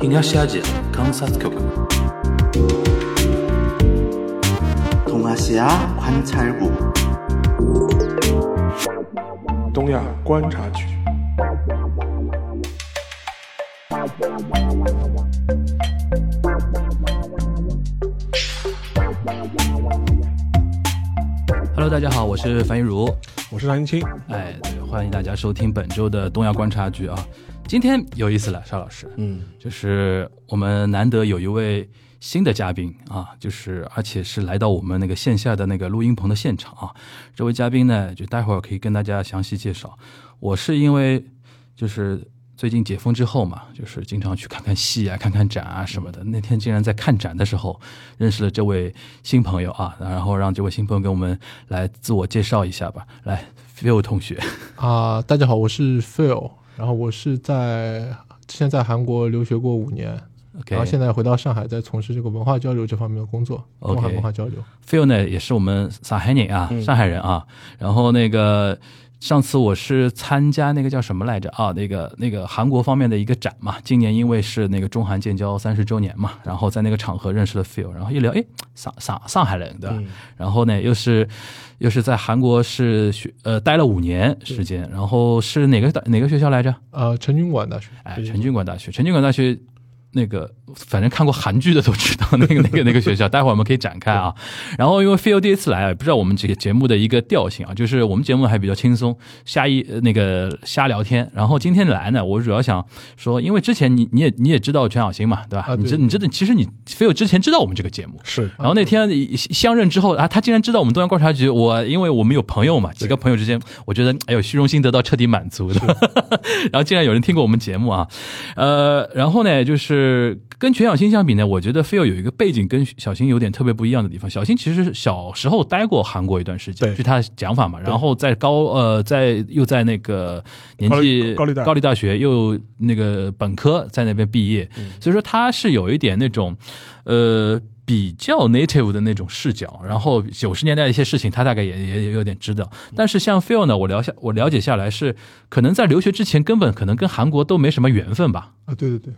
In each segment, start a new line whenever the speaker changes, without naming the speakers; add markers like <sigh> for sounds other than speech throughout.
東アジア観察局
동아시아 관찰국
东亚观察局。
Hello，大家好，我是樊玉茹。
我是韩青，
哎，对，欢迎大家收听本周的东亚观察局啊。今天有意思了，邵老师，
嗯，
就是我们难得有一位新的嘉宾啊，就是而且是来到我们那个线下的那个录音棚的现场啊。这位嘉宾呢，就待会儿可以跟大家详细介绍。我是因为就是最近解封之后嘛，就是经常去看看戏啊、看看展啊什么的。那天竟然在看展的时候认识了这位新朋友啊，然后让这位新朋友给我们来自我介绍一下吧。来，Phil 同学，
啊、大家好，我是 Phil，然后我是在之前在韩国留学过五年
OK，
然后现在回到上海，在从事这个文化交流这方面的工作，
OK
东韩文化交流。
Phil 呢也是我们上海人啊，上海人啊。然后那个上次我是参加那个叫什么来着啊？那个那个韩国方面的一个展嘛，今年因为是那个中韩建交三十周年嘛，然后在那个场合认识了 Phil，然后一聊，哎，上上上海人对吧？然后呢又是又是在韩国是学呃待了五年时间，然后是哪个大哪个学校来着？
呃，陈军馆大学，
哎，陈军馆大学，陈军馆大学。那个，反正看过韩剧的都知道那个那个那个学校，待会儿我们可以展开啊。然后因为 Phil 第一次来，不知道我们这个节目的一个调性啊，就是我们节目还比较轻松，瞎一呃那个瞎聊天。然后今天来呢，我主要想说，因为之前你你也你也知道全小新嘛，对吧？
啊
你
对
这你真的其实你 Phil 之前知道我们这个节目，
是
然后
嗯
那天一相认之后啊，他竟然知道我们东阳观察局。我因为我们有朋友嘛，几个朋友之间，我觉得哎呦虚荣心得到彻底满足的。 <laughs> 然后竟然有人听过我们节目啊，呃，然后呢，就是跟全小新相比呢，我觉得 Phil 有一个背景跟小新有点特别不一样的地方。小新其实是小时候待过韩国一段时间，
对
据他讲法嘛，然后在高呃在又在那个年纪
高丽高丽大
高丽大学又那个本科在那边毕业，
嗯
所以说他是有一点那种，呃。比较 native 的那种视角，然后九十年代的一些事情，他大概也也也有点知道。但是像 Phil 呢，我了下我了解下来是，可能在留学之前根本可能跟韩国都没什么缘分吧，
啊，对对对，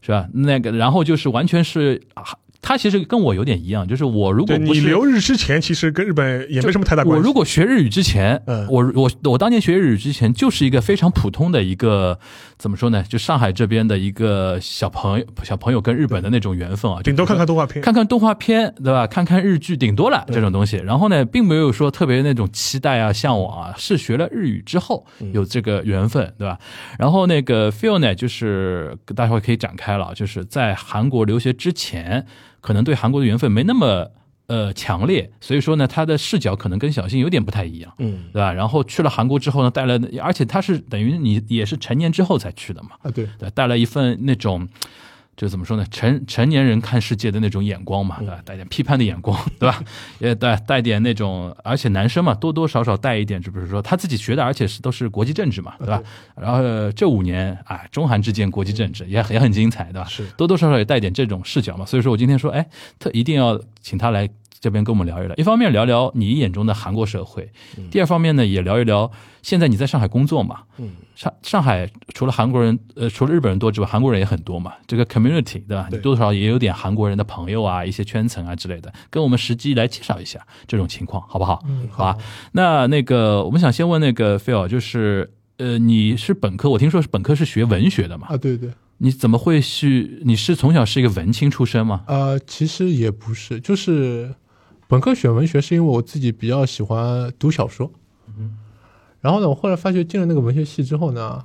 是吧？那个，然后就是完全是，啊他其实跟我有点一样，就是我如果
对
不
你
是
留日之前，其实跟日本也没什么太大关
我
系。
如果学日语之前，
嗯
我我我当年学日语之前，就是一个非常普通的一个怎么说呢？就上海这边的一个小朋友小朋友跟日本的那种缘分啊，
顶多看看动画片，
看看动画片，对吧？看看日剧，顶多了这种东西。然后呢，并没有说特别那种期待啊、向往啊，是学了日语之后有这个缘分，对吧？然后那个 Phil 呢，就是大家可以展开了，就是在韩国留学之前，可能对韩国的缘分没那么。呃，强烈，所以说呢，他的视角可能跟小新有点不太一样，嗯，对吧？然后去了韩国之后呢，带了，而且他是等于你也是成年之后才去的嘛，
啊对，
对，带来一份那种。就怎么说呢？成成年人看世界的那种眼光嘛，对吧？带点批判的眼光，对吧？也带带点那种，而且男生嘛，多多少少带一点，就比如说他自己学的，而且是都是国际政治嘛，对吧？然后呃这五年啊，中韩之间国际政治也很也很精彩，对吧？
是
多多少少也带点这种视角嘛。所以说我今天说，哎，特一定要请他来这边跟我们聊一聊。一方面聊聊你眼中的韩国社会，第二方面呢，也聊一聊现在你在上海工作嘛，上上海除了韩国人，呃，除了日本人多之外，韩国人也很多嘛。这个 community 对吧？你多多少少也有点韩国人的朋友啊，一些圈层啊之类的，跟我们实际来介绍一下这种情况，好不好？嗯，好吧。那那个，我们想先问那个 Phil，就是呃，你是本科，我听说是本科是学文学的嘛？
啊对对，
你怎么会去？你是从小是一个文青出身吗？
呃，其实也不是，就是本科选文学是因为我自己比较喜欢读小说，
嗯
然后呢，我后来发觉进了那个文学系之后呢，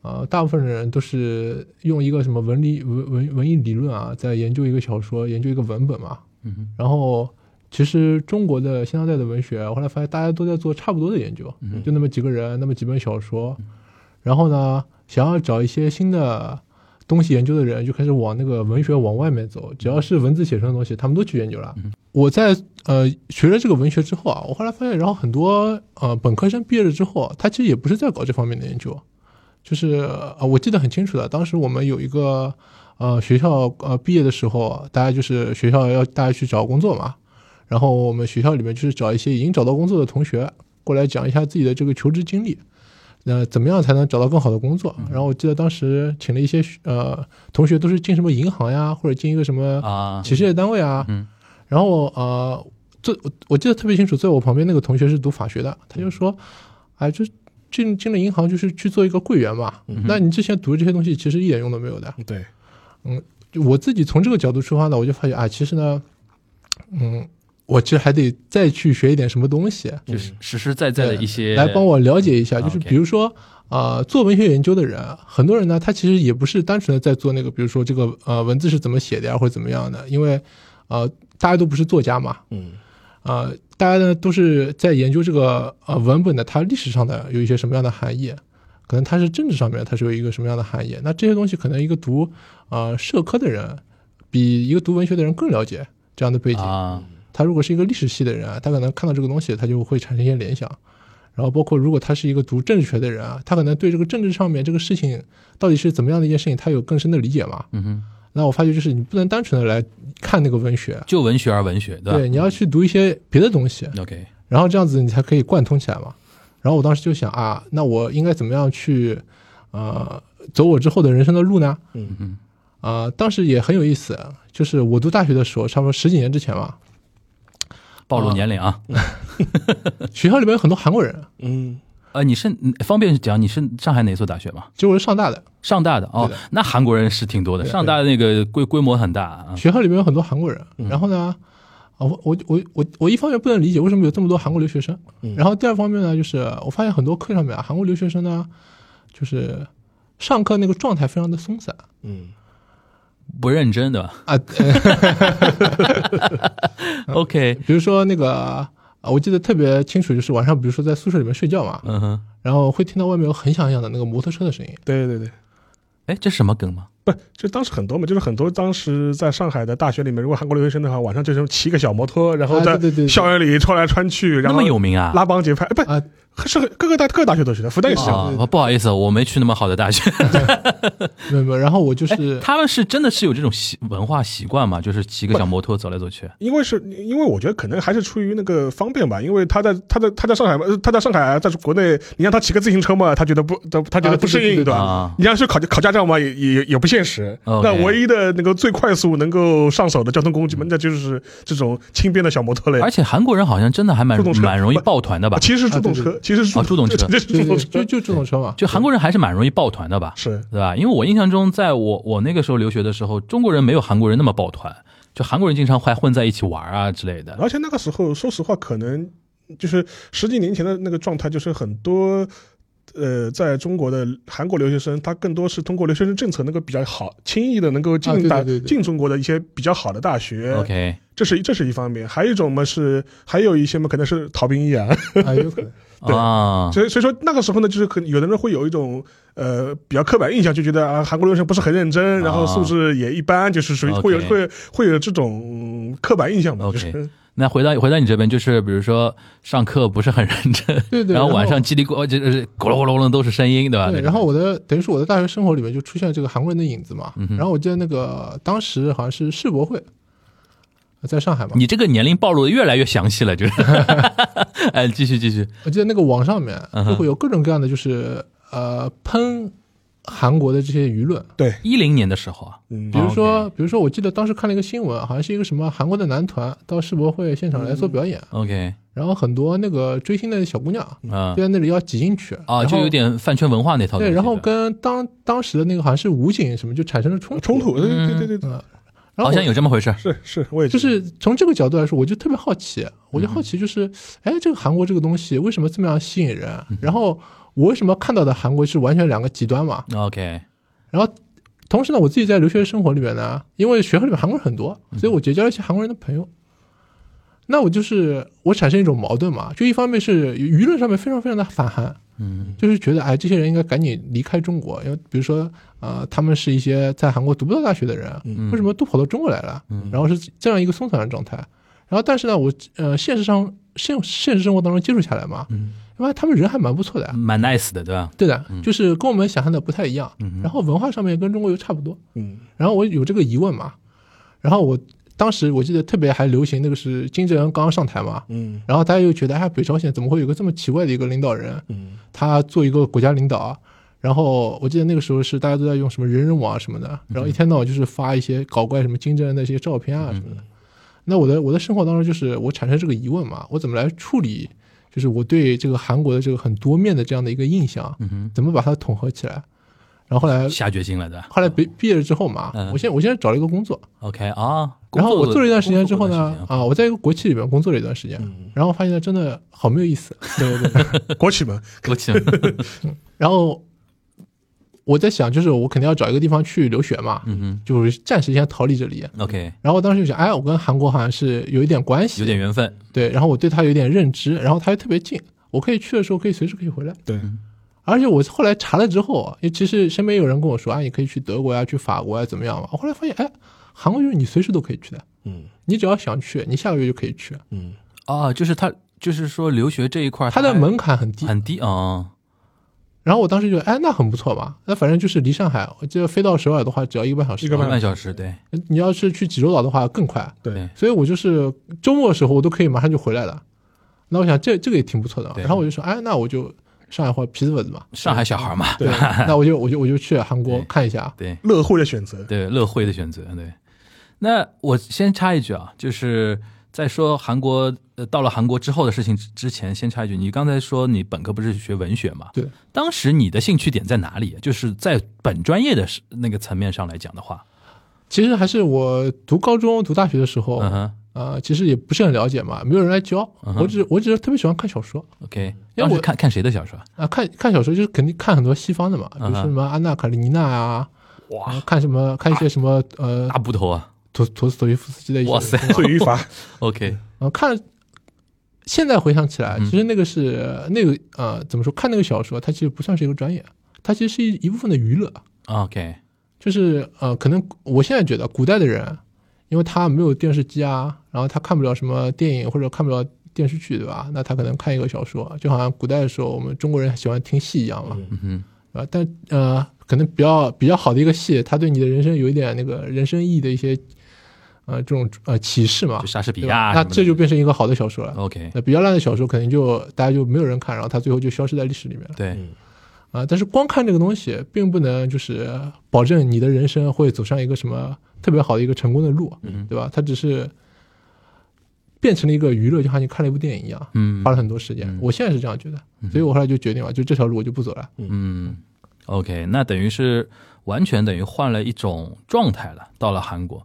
呃，大部分人都是用一个什么文理文文文艺理论啊，在研究一个小说，研究一个文本嘛，
嗯
然后其实中国的新当代的文学，我后来发现大家都在做差不多的研究，
嗯
就那么几个人，那么几本小说，然后呢，想要找一些新的东西研究的人，就开始往那个文学往外面走，只要是文字写成的东西，他们都去研究了。我在呃学了这个文学之后啊，我后来发现，然后很多呃本科生毕业了之后，他其实也不是在搞这方面的研究，就是呃我记得很清楚的，当时我们有一个呃学校呃毕业的时候，大家就是学校要大家去找工作嘛，然后我们学校里面就是找一些已经找到工作的同学过来讲一下自己的这个求职经历，呃，怎么样才能找到更好的工作？然后我记得当时请了一些呃同学，都是进什么银行呀，或者进一个什么
啊，
企事业单位啊。
嗯
然后呃，最我我记得特别清楚，在我旁边那个同学是读法学的，他就说，哎，就进进了银行就是去做一个柜员嘛，
嗯
那你之前读这些东西其实一点用都没有的。
对，
就我自己从这个角度出发呢，我就发现啊，其实呢，嗯，我其实还得再去学一点什么东西，
就是呃实实在在的一些
来帮我了解一下，就是
嗯 OK
比如说。啊、做文学研究的人，很多人呢，他其实也不是单纯的在做那个，比如说这个呃文字是怎么写的呀，或者怎么样的，因为呃大家都不是作家嘛，
嗯
呃，大家呢都是在研究这个呃文本的它历史上的有一些什么样的含义，可能它是政治上面它是有一个什么样的含义。那这些东西可能一个读呃社科的人，比一个读文学的人更了解这样的背景。
啊，
他如果是一个历史系的人啊，他可能看到这个东西，他就会产生一些联想。然后包括如果他是一个读政治学的人啊，他可能对这个政治上面这个事情到底是怎么样的一件事情，他有更深的理解嘛。
嗯哼，
那我发觉就是你不能单纯的来看那个文学，
就文学而文学，对吧啊
对，你要去读一些别的东西。
？OK，
然后这样子你才可以贯通起来嘛。然后我当时就想啊，那我应该怎么样去呃走我之后的人生的路呢？
嗯
嗯
啊、当时也很有意思，就是我读大学的时候，差不多十几年之
<laughs>
前吧，
暴露年龄啊，
学校里面有很多韩国人，
嗯，
呃，你是嗯方便讲你是上海哪所大学吗？
就我是上大的，
上大的哦
对的，
那韩国人是挺多的，
对
上大的那个规规模很大啊，嗯
学校里面有很多韩国人。然后呢，啊，我我我我我一方面不能理解为什么有这么多韩国留学生，
嗯
然后第二方面呢，就是我发现很多课上面啊，韩国留学生呢，就是上课那个状态非常的松散。
嗯
不认真的吧 <laughs>
啊，<laughs>
？OK，
比如说那个啊，我记得特别清楚，就是晚上，比如说在宿舍里面睡觉嘛，
嗯哼，
然后会听到外面有很响很响的那个摩托车的声音。
对对对，
哎，这是什么梗吗？
不，就当时很多嘛，就是很多当时在上海的大学里面，如果韩国留学生的话，晚上就是骑个小摩托，然后
啊
在
对对对对
校园里穿来穿去，
那
然后
么有名啊？
拉帮结派，哎
啊
不，是各个大各个大学都是的，复旦也是这样的。
啊，不好意思，我没去那么好的大学。
没有没有，然后我就
哎 <laughs>
是，
他们是真的是有这种习文化习惯吗？就是骑个小摩托走来走去。
因为是因为我觉得可能还是出于那个方便吧，因为他在他在他在上海嘛，呃他在上海啊，在国内，你让他骑个自行车嘛，他觉得不，他他觉得
啊
不适
对对
应，
对
吧？
啊
你让去考考驾照嘛，也也也不现实。
OK
那唯一的能够最快速能够上手的交通工
嗯
具嘛，那就是这种轻便的小摩托类
而。且韩国人好像真的还蛮
助动车
蛮容易抱团的吧？
其实是助动
啊对对
车， <laughs> 其实是
啊助动车
这是助
对对，
动
就
车，
就这种车嘛，
就韩国人还是蛮容易抱团的吧？
是
对吧？因为我印象中，在我我那个时候留学的时候，中国人没有韩国人那么抱团，就韩国人经常还混在一起玩啊之类的。
而且那个时候，说实话，可能就是十几年前的那个状态，就是很多。呃，在中国的韩国留学生，他更多是通过留学生政策能够比较好、轻易的能够
啊
进
对
大、
对对对
进中国的一些比较好的大学
OK，
这是这是一方面。还有一种嘛是，还有一些嘛可能是逃兵役啊，
啊，有
<laughs>
可能，
对
啊，
所以所以说那个时候呢，就是可有的人会有一种呃比较刻板印象，就觉得啊韩国留学生不是很认真，然后素质也一般，就是属于
嗯 OK
会有、会会有这种嗯刻板印象嘛，
OK
就是
那回到回到你这边，就是比如说上课不是很认真，
对对
然后
然后
晚上叽里咕就是咕噜咕噜咕噜都是声音，对吧？
对，
那种
然后我的等于说我的大学生活里面就出现这个韩国人的影子嘛，
嗯
然后我记得那个当时好像是世博会，在上海嘛，
你这个年龄暴露的越来越详细了，就是， <laughs> 哎，继续继续，
我记得那个网上面
嗯哼
就会有各种各样的就是呃喷韩国的这些舆论，
一零年的时候啊，
嗯
比如说，
OK
比如说，我记得当时看了一个新闻，好像是一个什么韩国的男团到世博会现场来做
嗯
表演，
OK，
然后很多那个追星的小姑娘
嗯
就，在那里要挤进去
啊，
然后
就有点饭圈文化那套东西
对，
的。
然后跟当当时的那个好像是武警什么就产生了冲
冲
突，
突，对
嗯
对对对，
然后
好像有这么回事儿，
是是，我也觉
就
得
是从这个角度来说，我就特别好奇，
嗯
我就好奇就是，哎，这个韩国这个东西为什么这么样吸引人？
嗯
然后我为什么看到的韩国是完全两个极端嘛？
OK，
然后同时呢，我自己在留学生活里面呢，因为学校里面韩国人很多，所以我结交了一些韩国人的朋友。那我就是我产生一种矛盾嘛，就一方面是舆论上面非常非常的反韩，
嗯，
就是觉得哎这些人应该赶紧离开中国，因为比如说呃他们是一些在韩国读不到大学的人，为什么都跑到中国来了？然后是这样一个松散的状态。然后但是呢，我呃现实上现现实生活当中接触下来嘛，因为他们人还蛮不错的呀，
蛮 nice 的，对吧？
对的，就是跟我们想象的不太一样。然后文化上面跟中国又差不多。
嗯
然后我有这个疑问嘛，然后我当时我记得特别还流行那个是金正恩刚刚上台嘛，
嗯
然后大家又觉得，哎，北朝鲜怎么会有个这么奇怪的一个领导人？
嗯
他做一个国家领导啊，然后我记得那个时候是大家都在用什么人人网啊什么的，
嗯
然后一天到晚就是发一些搞怪什么金正恩的一些照片啊什么
嗯
的。那我的我的生活当中就是我产生这个疑问嘛，我怎么来处理？就是我对这个韩国的这个很多面的这样的一个印象，
嗯哼，
怎么把它统合起来？然后后来
下决心了的。
后来毕毕业了之后嘛
嗯，
我现在我现在找了一个工作，
OK 啊，工
然后
作
我做了一段时间之后
工作
呢
的，时间
啊，我在一个国企里面工作了一段时间，
嗯，
然后发现真的好没有意
<laughs>
思。 <laughs>
对对对，嗯国企嘛，
国企了，
然后我在想，就是我肯定要找一个地方去留学嘛，
嗯
就是暂时先逃离这里。
哼，OK，
<laughs> 然后我当时就想，哎，我跟韩国好像是有一点关系，
有点缘分，
对，然后我对他有点认知，然后他又特别近，我可以去的时候可以随时可以回来。
对，
嗯
而且我后来查了之后，因为其实身边有人跟我说，啊，你可以去德国呀、去法国呀，怎么样嘛？我后来发现，哎，韩国就是你随时都可以去的，
嗯
你只要想去，你下个月就可以去。
嗯
啊，就是他，就是说留学这一块儿
它
还，
的门槛很低，
很低啊，
然后我当时就哎，那很不错嘛，那反正就是离上海，我记得飞到首尔的话只要一个半小时，啊
一个半
哦半小时，对
你要是去济州岛的话更快，
对，
所以我就是周末的时候我都可以马上就回来了。那我想这这个也挺不错的嘛，
对
然后我就说，哎，那我就上海话皮子粉子嘛，
上海小孩嘛，
对，那我就我就我就去韩国
对
看一下，啊
对，
乐会的选择， <laughs>
对乐会的选择。对，那我先插一句啊，就是在说韩国呃到了韩国之后的事情之之前，先插一句，你刚才说你本科不是学文学嘛？
对，
当时你的兴趣点在哪里？啊就是在本专业的是那个层面上来讲的话，
其实还是我读高中、读大学的时候，
嗯
啊、
哼
其实也不是很了解嘛，没有人来教，
嗯哼
我只我只是特别喜欢看小说
，OK，
因为我
当时看看谁的小说啊？
啊、看看小说就是肯定看很多西方的嘛，比如说
嗯哼
什么《安娜·卡列尼娜》啊，然后，看什么看一些什么呃
大部头啊
陀陀思妥耶夫斯基的一
<laughs>
些，
哇塞
罪与罚，
，OK，
然后看了，现在回想起来，
嗯
其实那个是、那个呃，怎么说？看那个小说，它其实不算是一个专业，它其实是一一部分的娱乐。
OK，
就是呃，可能我现在觉得古代的人，因为他没有电视机啊，然后他看不了什么电影或者看不了电视剧，对吧？那他可能看一个小说，就好像古代的时候我们中国人喜欢听戏一样嘛，
嗯哼，
对吧？但呃，可能比较比较好的一个戏，它对你的人生有一点那个人生意义的一些呃这种呃启示嘛
就，莎士比
对吧
亚什
那
么的，哦
这就变成一个好的小说了。
OK，
那比较烂的小说，可能就大家就没有人看，然后它最后就消失在历史里面了
对，
嗯
啊。但是光看这个东西，并不能就是保证你的人生会走上一个什么特别好的一个成功的路，
嗯
对吧？它只是变成了一个娱乐，就像你看了一部电影一样，
嗯
花了很多时间
嗯。
我现在是这样觉得，所以我后来就决定了，就这条路我就不走了。
嗯，OK，那等于是完全等于换了一种状态了。到了韩国，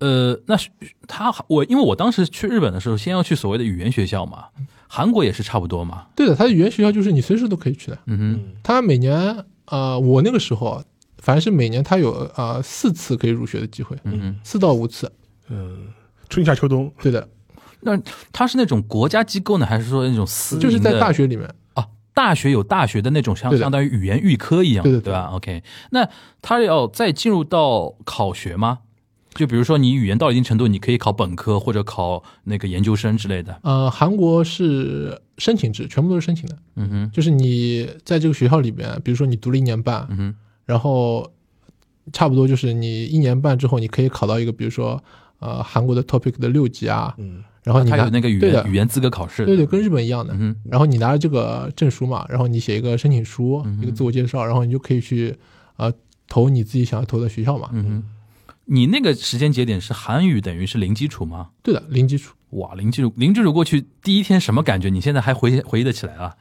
呃，那是他我因为我当时去日本的时候，先要去所谓的语言学校嘛，韩国也是差不多嘛。
对的，它的语言学校就是你随时都可以去的。
嗯
它每年啊，我那个时候反正是每年它有啊四次可以入学的机会，
哼，嗯
四到五次。
<laughs> 嗯，春夏秋冬，
对的，
哼，那他是那种国家机构呢，还是说那种私
就是在大
学
学里面。
啊？大学有大学的那种相
对的
相当于语言预科一样，
对的
对吧？OK，那他要再进入到考学吗？就比如说你语言到一定程度，你可以考本科或者考那个研究生之类的。
呃，韩国是申请制，全部都是申请的，
嗯哼，
就是你在这个学校里边，比如说你读了一年半，
嗯哼。
然后差不多就是你一年半之后，你可以考到一个，比如说呃韩国的 topic 的六级啊，
嗯
然后你
他
拿
有那个语
对的
言语言资格考试，
对对，跟日本一样的。
嗯哼
然后你拿着这个证书嘛，然后你写一个申请书，
嗯哼
一个自我介绍，然后你就可以去呃投你自己想要投的学校嘛。
嗯哼，你那个时间节点是韩语等于是零基础吗？
对的，零基础
哇，零基础零基础过去第一天什么感觉？你现在还回回忆得起来啊？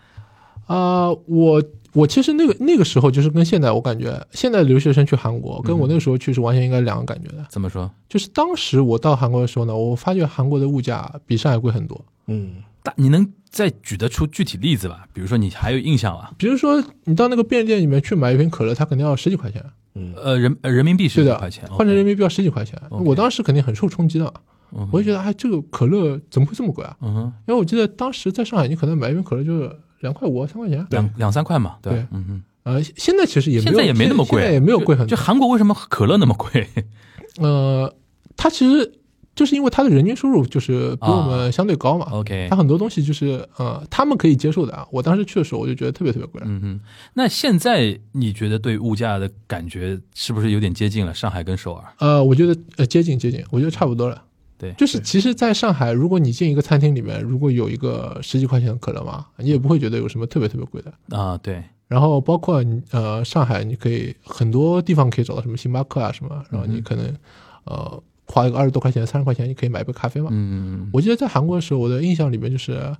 啊、我我其实那个那个时候就是跟现在，我感觉现在留学生去韩国
嗯
跟我那个时候去是完全应该两个感觉的。
怎么说？
就是当时我到韩国的时候呢，我发觉韩国的物价比上海贵很多。
嗯
大你能再举得出具体例子吧？比如说你还有印象啊？
比如说你到那个便利店里面去买一瓶可乐，它肯定要十几块钱，
嗯
呃，人呃人民币是
对
几
的，
块钱，
换成人民币要十几块钱。
OK 嗯
我当时肯定很受冲击的，
民
我就觉得哎，这个可乐怎么会这么贵啊？
嗯哼，
因为我记得当时在上海，你可能买一瓶可乐就是两块五、啊三块钱。
对
两两三块嘛，对吧
对
嗯哼，
呃，现在其实也没有
现在也没那么贵，
现在也没有贵很
就
多
就。韩国为什么可乐那么
<laughs>
贵？
呃，它其实就是因为它的人均收入就是比我们相对高嘛，
啊 OK，
哦它很多东西就是呃他们可以接受的啊。我当时去的时候我就觉得特别特别贵了，
嗯哼，那现在你觉得对物价的感觉是不是有点接近了？上海跟首尔？
呃，我觉得呃接近接近，我觉得差不多了。
对
就是其实在上海，如果你进一个餐厅里面，如果有一个十几块钱的可乐嘛，你也不会觉得有什么特别特别贵的。
啊，对，
然后包括你呃上海，你可以很多地方可以找到什么星巴克啊什么，
嗯
然后你可能呃花一个二十多块钱、三十块钱，你可以买一杯咖啡嘛。
嗯，
我记得在韩国的时候，我的印象里面就是，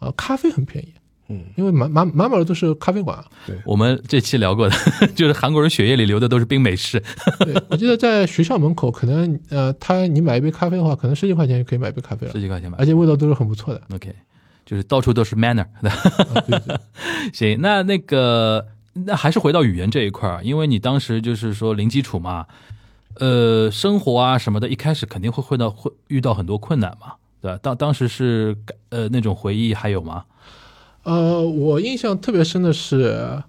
呃，咖啡很便宜，
嗯，
因为满满满满的都是咖啡馆。
我们这期聊过的， <laughs> 就是韩国人血液里流的都是冰美式，
对，我记得在学校门口，可能呃，他你买一杯咖啡的话，可能十几块钱就可以买一杯咖啡了
十，几块钱吧
而。且味道都是很不
<laughs>
错的。
OK，就是到处都是 manner 的。
啊对对
行，那那个那还是回到语言这一块儿，因为你当时就是说零基础嘛，呃，生活啊什么的，一开始肯定会会到会遇到很多困难嘛，对吧？当当时是呃那种回忆还有吗？
呃，我印象特别深的是，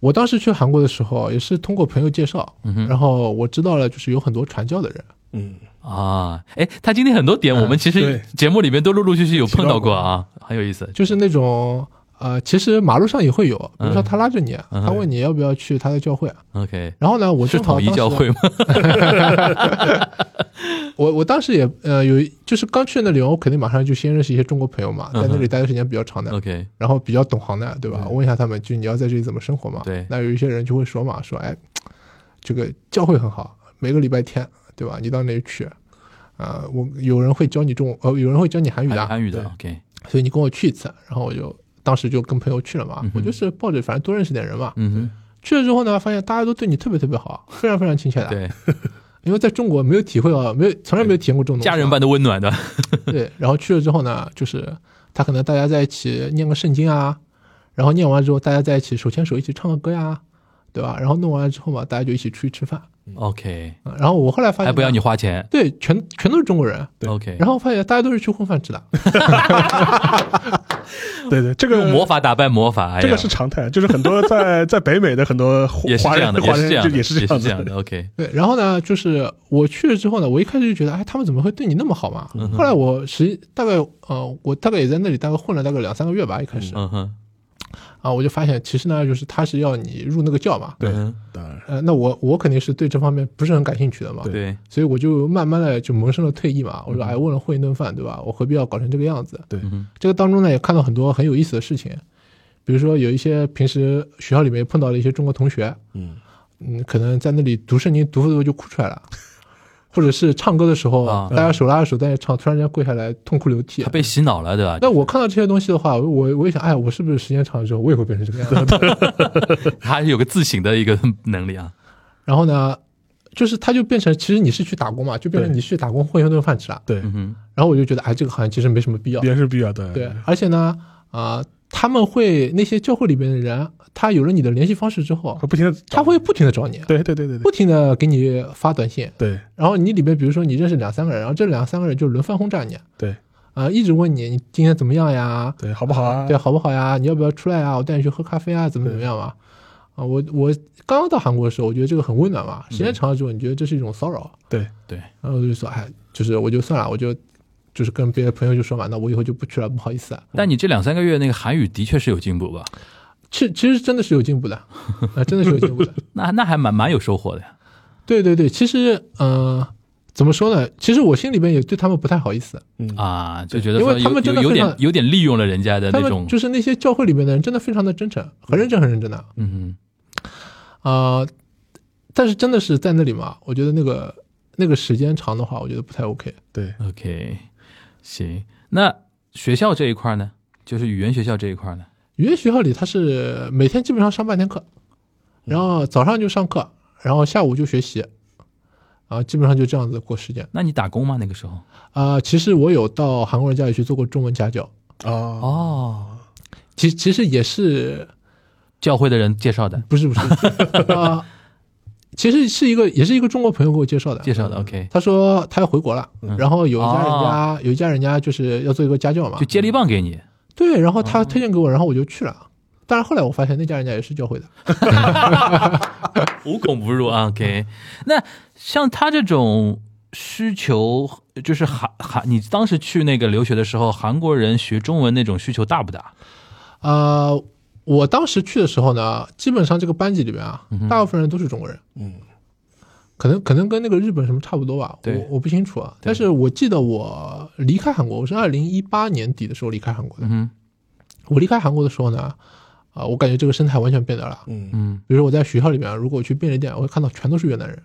我当时去韩国的时候，也是通过朋友介绍，
嗯
然后我知道了，就是有很多传教的人。
嗯，
啊，哎，他今天很多点，我们其实
对
节目里面都陆陆续续有碰到过啊，很有意思。
就是那种呃，其实马路上也会有，比如说他拉着你，
嗯
他问你要不要去他的教会，
OK，
然后呢，我
是
正好
统一
当时
教会吗？
我我当时也呃有一，就是刚去那里，我肯定马上就先认识一些中国朋友嘛，
嗯哼
在那里待的时间比较长的，
OK，
然后比较懂行的，对吧？我问一下他们，就你要在这里怎么生活嘛？
对
那有一些人就会说嘛，说哎，这个教会很好，每个礼拜天，对吧？你到那里去。啊、我有人会教你中呃，有人会教你韩语的，
韩韩语的
对
OK，
所以你跟我去一次，然后我就当时就跟朋友去了嘛，
嗯哼
我就是抱着反正多认识点人嘛。
嗯
去了之后呢，发现大家都对你特别特别好，啊非常非常亲切
哼，
的。
对，
因为在中国没有体会啊，没有从来没有体验过这种东西啊
家人般的温暖的， <laughs>
对，然后去了之后呢，就是他可能大家在一起念个圣经啊，然后念完之后大家在一起手牵手一起唱个歌呀，对吧？然后弄完了之后嘛，大家就一起出去吃饭。
OK，
啊然后我后来发现
还不要你花钱
对，全全都是中国人。
对
OK，
然后发现大家都是去混饭吃的，
对对，这个
魔法打败魔法，哎呀
这个是常态，就是很多在 <laughs> 在北美的很多华
也是
华
这
人
样的，
华
也是
人
这样
就
的，
也
也
是
是
这样
这样的。OK，
<laughs> 对。然后呢，就是我去了之后呢，我一开始就觉得，哎，他们怎么会对你那么好嘛？
嗯
后来我实大概，呃，我大概也在那里大概混了大概两三个月吧，一开始、
嗯哼，
啊，我就发现其实呢，就是他是要你入那个教嘛，
对
嗯
当然，
呃，那我我肯定是对这方面不是很感兴趣的嘛，
对，
所以我就慢慢的就萌生了退役嘛。我说，哎，为了混一顿饭，对吧？我何必要搞成这个样子？
对
嗯
这个当中呢，也看到很多很有意思的事情，比如说有一些平时学校里面碰到的一些中国同学，
嗯
嗯，可能在那里读圣经读着读着就哭出来了，或者是唱歌的时候，
啊
大家手拉着手在那唱，突然间跪下来痛哭流涕
他。被洗脑了，对吧？
那我看到这些东西的话，我我也想，哎，我是不是时间长了之后，我也会变成这个样子？
<laughs> 他还是有个自省的一个能力啊。
然后呢，就是他就变成，其实你是去打工嘛，就变成
对
你去打工混一顿饭吃了。啊
对，
嗯哼，
然后我就觉得，哎，这个好像其实没什么必要。
也是比较的，
对，而且呢，啊、他们会那些教会里边的人，他有了你的联系方式之后
会，不停的，
他会不停的找你，
对对对对对
不停的给你发短信，
对
然后你里面比如说你认识两三个人，然后这两三个人就轮番轰炸你，
对
啊、一直问你你今天怎么样呀？
对，好不好啊？
对，好不好呀？你要不要出来啊？我带你去喝咖啡啊？怎么怎么样啊？啊，我我刚刚到韩国的时候，我觉得这个很温暖嘛。时间长了之后，你觉得这是一种骚扰，
对
嗯对，
然后我就说，哎，就是我就算了，我就就是跟别的朋友就说嘛，那我以后就不去了，不好意思啊。
但你这两三个月那个韩语的确是有进步吧？
其其实真的是有进步的，啊、真的是有进
<laughs>
步的。
那那还蛮蛮有收获的呀。
对对对，其实呃，怎么说呢？其实我心里边也对他们不太好意思，
嗯，
啊，就觉得
因为
说
他
有
们真
有
的
有
非
点
常
有点利用了人家的
他
那
们
种，
就是那些教会里面的人，真的非常的真诚，很认真，很认真的啊、
嗯
呃但是真的是在那里嘛，我觉得那个那个时间长的话，我觉得不太 OK。
对，
哼，OK，行。那学校这一块呢，就是语言学校这一块呢，
语言学校里，他是每天基本上上半天课，然后早上就上课，然后下午就学习，啊、基本上就这样子过时间。
那你打工吗？那个时候？
啊、其实我有到韩国人家里去做过中文家教，
哦，
哦，
其其实也是
教会的人介绍的，
不是不是 <laughs> 啊、其实是一个也是一个中国朋友给我介绍的，
介绍的 OK，嗯哦
他说他要回国了，然后有一家人家、有一家人家就是要做一个家教嘛
就，接力棒给你。
对，然后
哦
他推荐给我，然后我就去了。但是后来我发现那家人家也是教会的，
无孔不入
嗯
啊。OK，那像他这种需求，就是韩韩，你当时去那个留学的时候，韩国人学中文那种需求大不大？
啊，
嗯
我当时去的时候呢，基本上这个班级里面啊，大部分人都是中国人，
嗯，
可能可能跟那个日本什么差不多吧，我
对
我不清楚啊。但是我记得我离开韩国，我是二零一八年底的时候离开韩国的。
嗯
我离开韩国的时候呢，啊、我感觉这个生态完全变掉了。
嗯，
嗯，
比如说我在学校里面，如果我去便利店，我会看到全都是越南人。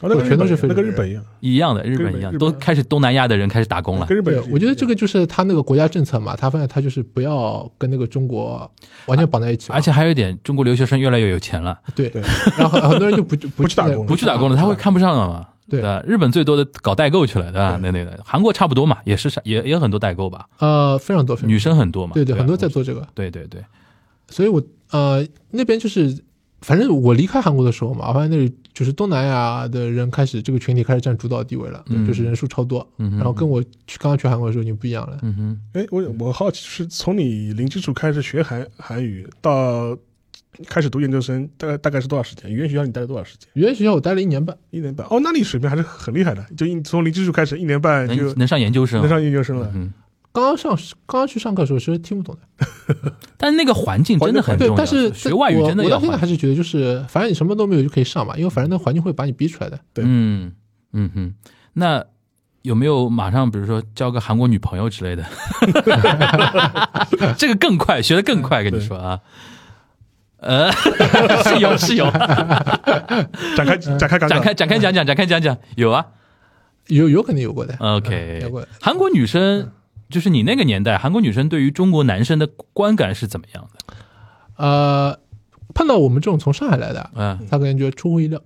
哦，那个
我
日
全都
本
是
一样
非
那个
洲
日
人
本一样，
一样的，日
跟日
本
本
一样，
日
都
本
开始东南亚的人开始打工了。
跟日本
对
也是一，样。
我觉得这个就是他那个国家政策嘛，他发现他就是不要跟那个中国完全绑在一起嘛，
而且还有一点，中国留学生越来越有钱了，
对
对，
然后很
<laughs>
多人就不
不去打工了
不去打工了，他会看不上了嘛。
对
吧日本最多的搞代购去了，对吧？那那个韩国差不多嘛，也是也也有很多代购吧，
呃非常多非常多
女生很多嘛，
对对
吧
很多在做这个，
对对对，
所以我呃那边就是反正我离开韩国的时候嘛，我发现那里就是东南亚的人开始这个群体开始占主导地位了，
嗯
就是人数超多，
嗯哼
然后跟我去刚刚去韩国的时候已经不一样了。
嗯哼，
哎，我我好奇是从你零基础开始学韩韩语到开始读研究生，大概大概是多少时间？语言学校你待了多少时间？
语言学校我待了一年半，
一年半。哦，那你水平还是很厉害的，就一从零基础开始，一年半就
嗯能能上研究生
能，上研究生了。
嗯，
刚刚上刚刚去上课的时候其实听不懂的。
但那个环境嗯真的很重
对，
要，
但是
学外语
我
真的
我
要
到现在
环
还
境，
是觉得，就是反正你什么都没有就可以上嘛，因为反正那环境会把你逼出来的。
对
嗯嗯哼，那有没有马上比如说交个韩国女朋友之类
<laughs>
的？这个更快，学的更快，跟你说啊，呃， <laughs> 是有是
<laughs>
有，
展开
嗯
展开讲讲
展开展开讲讲，展开讲讲，有啊
有有肯定有过的，嗯
，OK，
有过的。
韩国女生就是你那个年代，韩国女生对于中国男生的观感是怎么样的？
呃，碰到我们这种从上海来的，
嗯
他可能觉得出乎意料，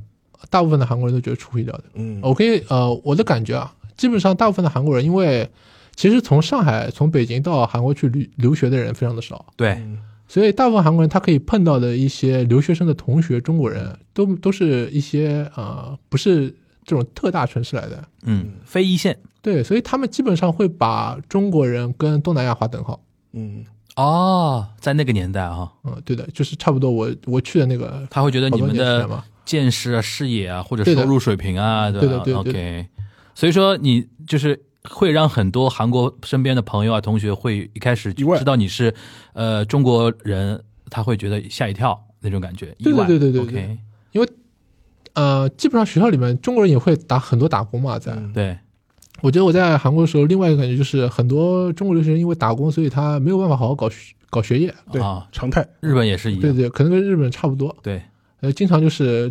大部分的韩国人都觉得出乎意料的。
嗯，
我可以呃，我的感觉啊，基本上大部分的韩国人，因为其实从上海、从北京到韩国去留留学的人非常的少，
对，
所以大部分韩国人他可以碰到的一些留学生的同学，中国人都都是一些呃，不是这种特大城市来的。
嗯，非一线
对，所以他们基本上会把中国人跟东南亚划等号。
嗯，
哦，在那个年代啊，
嗯，对的，就是差不多我我去的那个
他会觉得
好
你
多
们
年前
的
嘛，
见识啊、视野啊，或者
对的
收入水平啊，
对
吧
的对的
o
对的
k 所以说你就是会让很多韩国身边的朋友啊、同学会一开始
意外
知道你是呃中国人，他会觉得吓一跳那种感觉，意
对
外。
对对对对
o
对
k
呃，基本上学校里面中国人也会打很多打工嘛，在、
嗯
对，
我觉得我在韩国的时候，另外一个感觉就是很多中国留学生因为打工，所以他没有办法好好搞学搞学业。
对
啊，
常态。
日本也是一
对
样，
对，可能跟日本差不多，
对
呃，经常就是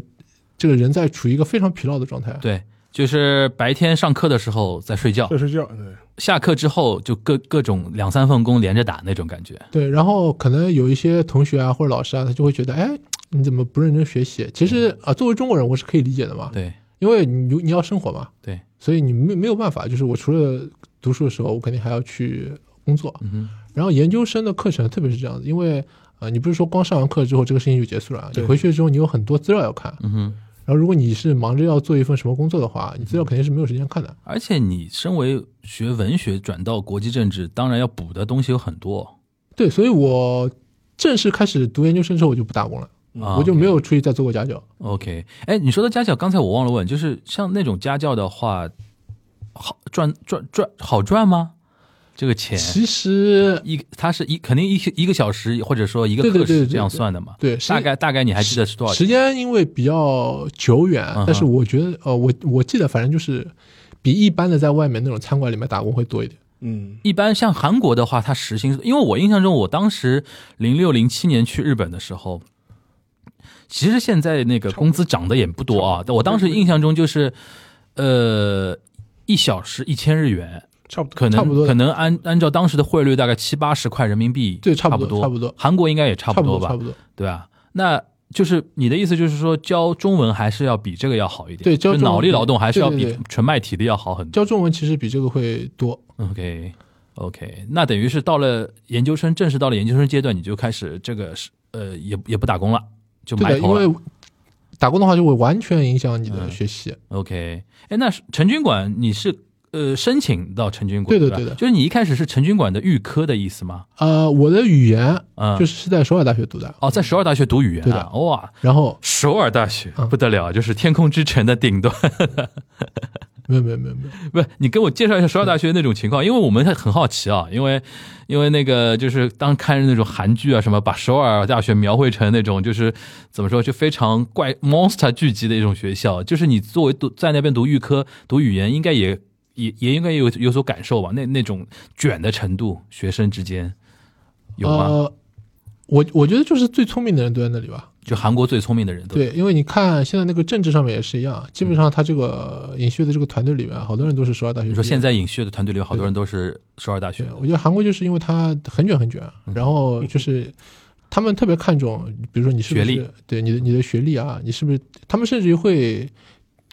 这个人在处于一个非常疲劳的状态。
对，就是白天上课的时候在睡觉
在，睡觉，对，
下课之后就各各种两三份工连着打那种感觉。
对，然后可能有一些同学啊或者老师啊，他就会觉得，哎，你怎么不认真学习？其实啊、作为中国人，我是可以理解的嘛，
对
因为你你要生活嘛，
对，
所以你没没有办法，就是我除了读书的时候，我肯定还要去工作。
嗯
然后研究生的课程特别是这样子，因为呃，你不是说光上完课之后这个事情就结束了啊，你
对
回去之后你有很多资料要看。
哼，嗯哼。
然后如果你是忙着要做一份什么工作的话，你资料肯定是没有时间看的。
而且你身为学文学转到国际政治，当然要补的东西有很多，
对，所以我正式开始读研究生之后，我嗯就不打工了，
啊、
我就没有出去再做过家教。
OK，哎，你说的家教，刚才我忘了问，就是像那种家教的话，好赚赚赚好赚吗？这个钱
其实
一它是一肯定一一个小时或者说一个
对对
课
对
时
对
这样算的嘛？
对时
大概大概你还记得是多少
时
钱？
间因为比较久远，
哼
但是我觉得呃，我我记得反正就是比一般的在外面那种餐馆里面打工会多一点。
嗯，
一般像韩国的话，它时薪，因为我印象中，我当时零六零七年去日本的时候，其实现在那个工资涨得也不多啊。但我当时印象中就是，呃，一小时一千日元，
差不多。
可能
差不多
可能按按照当时的汇率，大概七八十块人民币，
对差
差
不多
多，
差不多
韩国应该也差
差
不
不
多
多，
吧，
差不多。
对吧？那就是你的意思就是说，教中文还是要比这个要好一点，
对教
就
中文
脑力劳动还是要
对
比
对对
纯卖体力要好很多。
教中文其实比这个会多。
OK OK，那等于是到了研究生，正式到了研究生阶段，你就开始这个是呃，也也不打工了，就
对
埋
的，因
头了。嗯
为打工的话就会完全影响你的学习。
OK，哎，那是陈军馆你是呃申请到陈军馆
对的
吧
对的
就是你一开始是陈军馆的预科的意思吗？
呃，我的语言
嗯，
就是是是在首尔大学读的，
哦，在首尔大学读语言
对
啊
的，
哇，
然后
首尔大学
嗯
不得了，就是天空之城的顶端。
没有没有没有没有，
<laughs> 不，你给我介绍一下首尔大学那种情况，因为我们很好奇啊，因为因为那个就是当看那种韩剧啊什么，把首尔大学描绘成那种就是怎么说就非常怪 monster 聚集的一种学校，就是你作为读在那边读预科读语言，应该也也也应该有有所感受吧？那那种卷的程度，学生之间有吗？
呃，我我觉得就是最聪明的人都在那里吧。
就韩国最聪明的人都
对，因为你看现在那个政治上面也是一样，基本上他这个尹旭的这个团队里面，好多人都是首尔大学。
你说现在影学的团队里有好多人都是首尔大学
对，我觉得韩国就是因为它很卷很卷，
嗯
然后就是他们特别看重，比如说你是不是
学历，
对你的你的学历啊，你是不是？他们甚至于会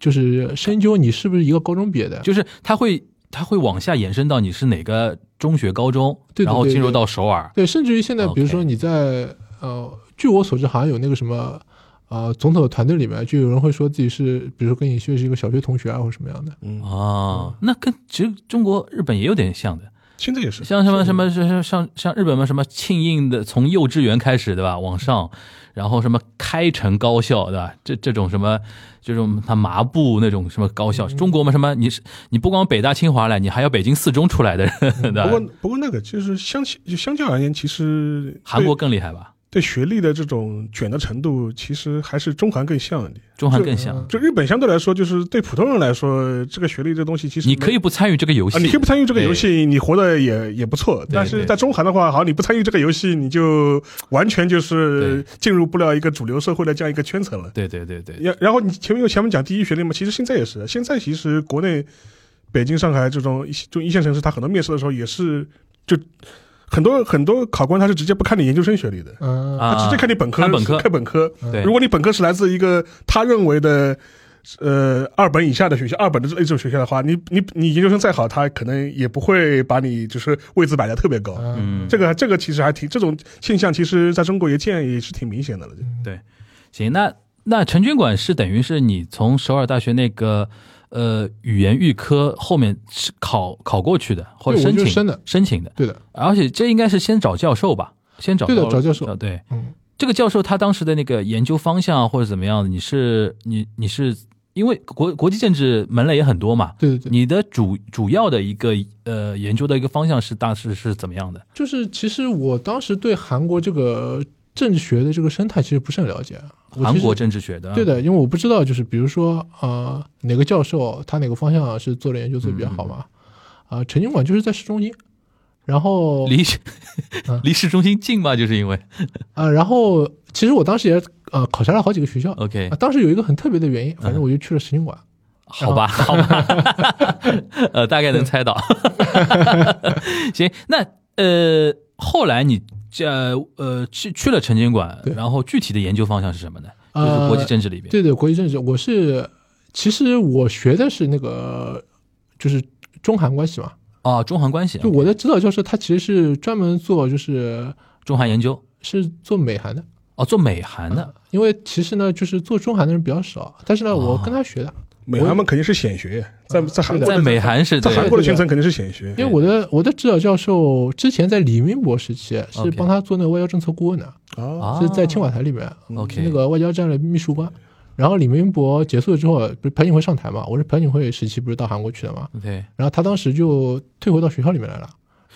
就是深究你是不是一个高中毕业的，
就是他会他会往下延伸到你是哪个中学、高中，
对对
然后
对
进入
对
到首尔，
对，甚至于现在
OK
比如说你在呃，据我所知好像有那个什么。呃，总统的团队里面就有人会说自己是，比如说跟尹旭是一个小学同学啊，或者什么样的。
嗯，
哦，那跟其实中国、日本也有点像的，
现在也是，
像什么什么像像像日本嘛，什么庆应的从幼稚园开始对吧，往上，然后什么开城高校对吧？这这种什么这种他麻布那种什么
嗯
高校，中国嘛什么你是你不光北大清华来，你还要北京四中出来的人对
嗯不过
吧？
不过那个就是相其就相较而言，其实对
韩国更厉害吧？
对学历的这种卷的程度，其实还是中韩更像一点。
中韩更像，
就日本相对来说，就是对普通人来说，这个学历这东西其实
你可以不参与这个游
啊，你
戏
可以，不参与这个游戏，你活得也也不错。但是在中韩的话，好，你不参与这个游戏，你就完全就是进入不了一个主流社会的这样一个圈层了。
对对对对，
然然后你前面有前面讲第一学历嘛，其实现在也是，啊现在其实国内北京、上海这种一些就一线城市，它很多面试的时候也是就很多很多考官他是直接不看你研究生学历的，
嗯、
啊
他直接看你本科，
看本科
看本科。
对
如果你本科是来自一个他认为的。呃，二本以下的学校，二本的这种学校的话，你你你研究生再好，他可能也不会把你就是位置摆得特别高。
嗯，
嗯，
这个这个其实还挺这种现象，其实在中国也见也是挺明显的了。就
嗯行，那那陈军馆是等于是你从首尔大学那个呃语言预科后面是考考过去的，或者
对我
申
就
请
是申的
申请的，
对的，
而且这应该是先找教授吧，先找
对的找教授
呃对，
嗯，
这个教授他当时的那个研究方向啊或者怎么样，你是你你是因为国国际政治门类也很多嘛，
对对对。
你的主主要的一个呃研究的一个方向是大致是怎么样的？
就是其实我当时对韩国这个政治学的这个生态其实不是很了解。啊我其实
韩国嗯政治学的，啊
对的，因为我不知道就是比如说呃哪个教授他哪个方向是做的研究做的比较好嘛。
嗯
啊、陈经馆就是在市中心，然后
离市 <laughs>
嗯
离市中心近嘛，就是因为
啊、然后其实我当时也呃考察了好几个学校。
OK
啊，当时有一个很特别的原因，
嗯
反正我就去了陈经馆。
好
<laughs>
吧，好吧，呃，大概能猜到。行，那呃，后来你这呃去去了陈经馆，
对
然后具体的研究方向是什么呢？嗯就是
呃
国际政治里边。
对对，国际政治，我是其实我学的是那个就是中韩关系嘛。
啊，中韩关系，
就我的指导教授他其实是专门做就是
中韩研究
是做美韩的，
哦，做美韩的
啊因为其实呢，就是做中韩的人比较少，但是呢，我跟他学
哦
的，
美韩们肯定是显学，在在韩国
在美韩是
在
对
韩国的圈层肯定是显学。
因为我的我的指导教授之前在李明博时期是
OK
帮他做那个外交政策顾问的，
啊，
啊，
是在青瓦台里面
OK
那个外交战略秘书官。然后李明博结束了之后，不是朴槿惠上台嘛？我是朴槿惠时期不是到韩国去的嘛？
对
然后他当时就退回到学校里面来了，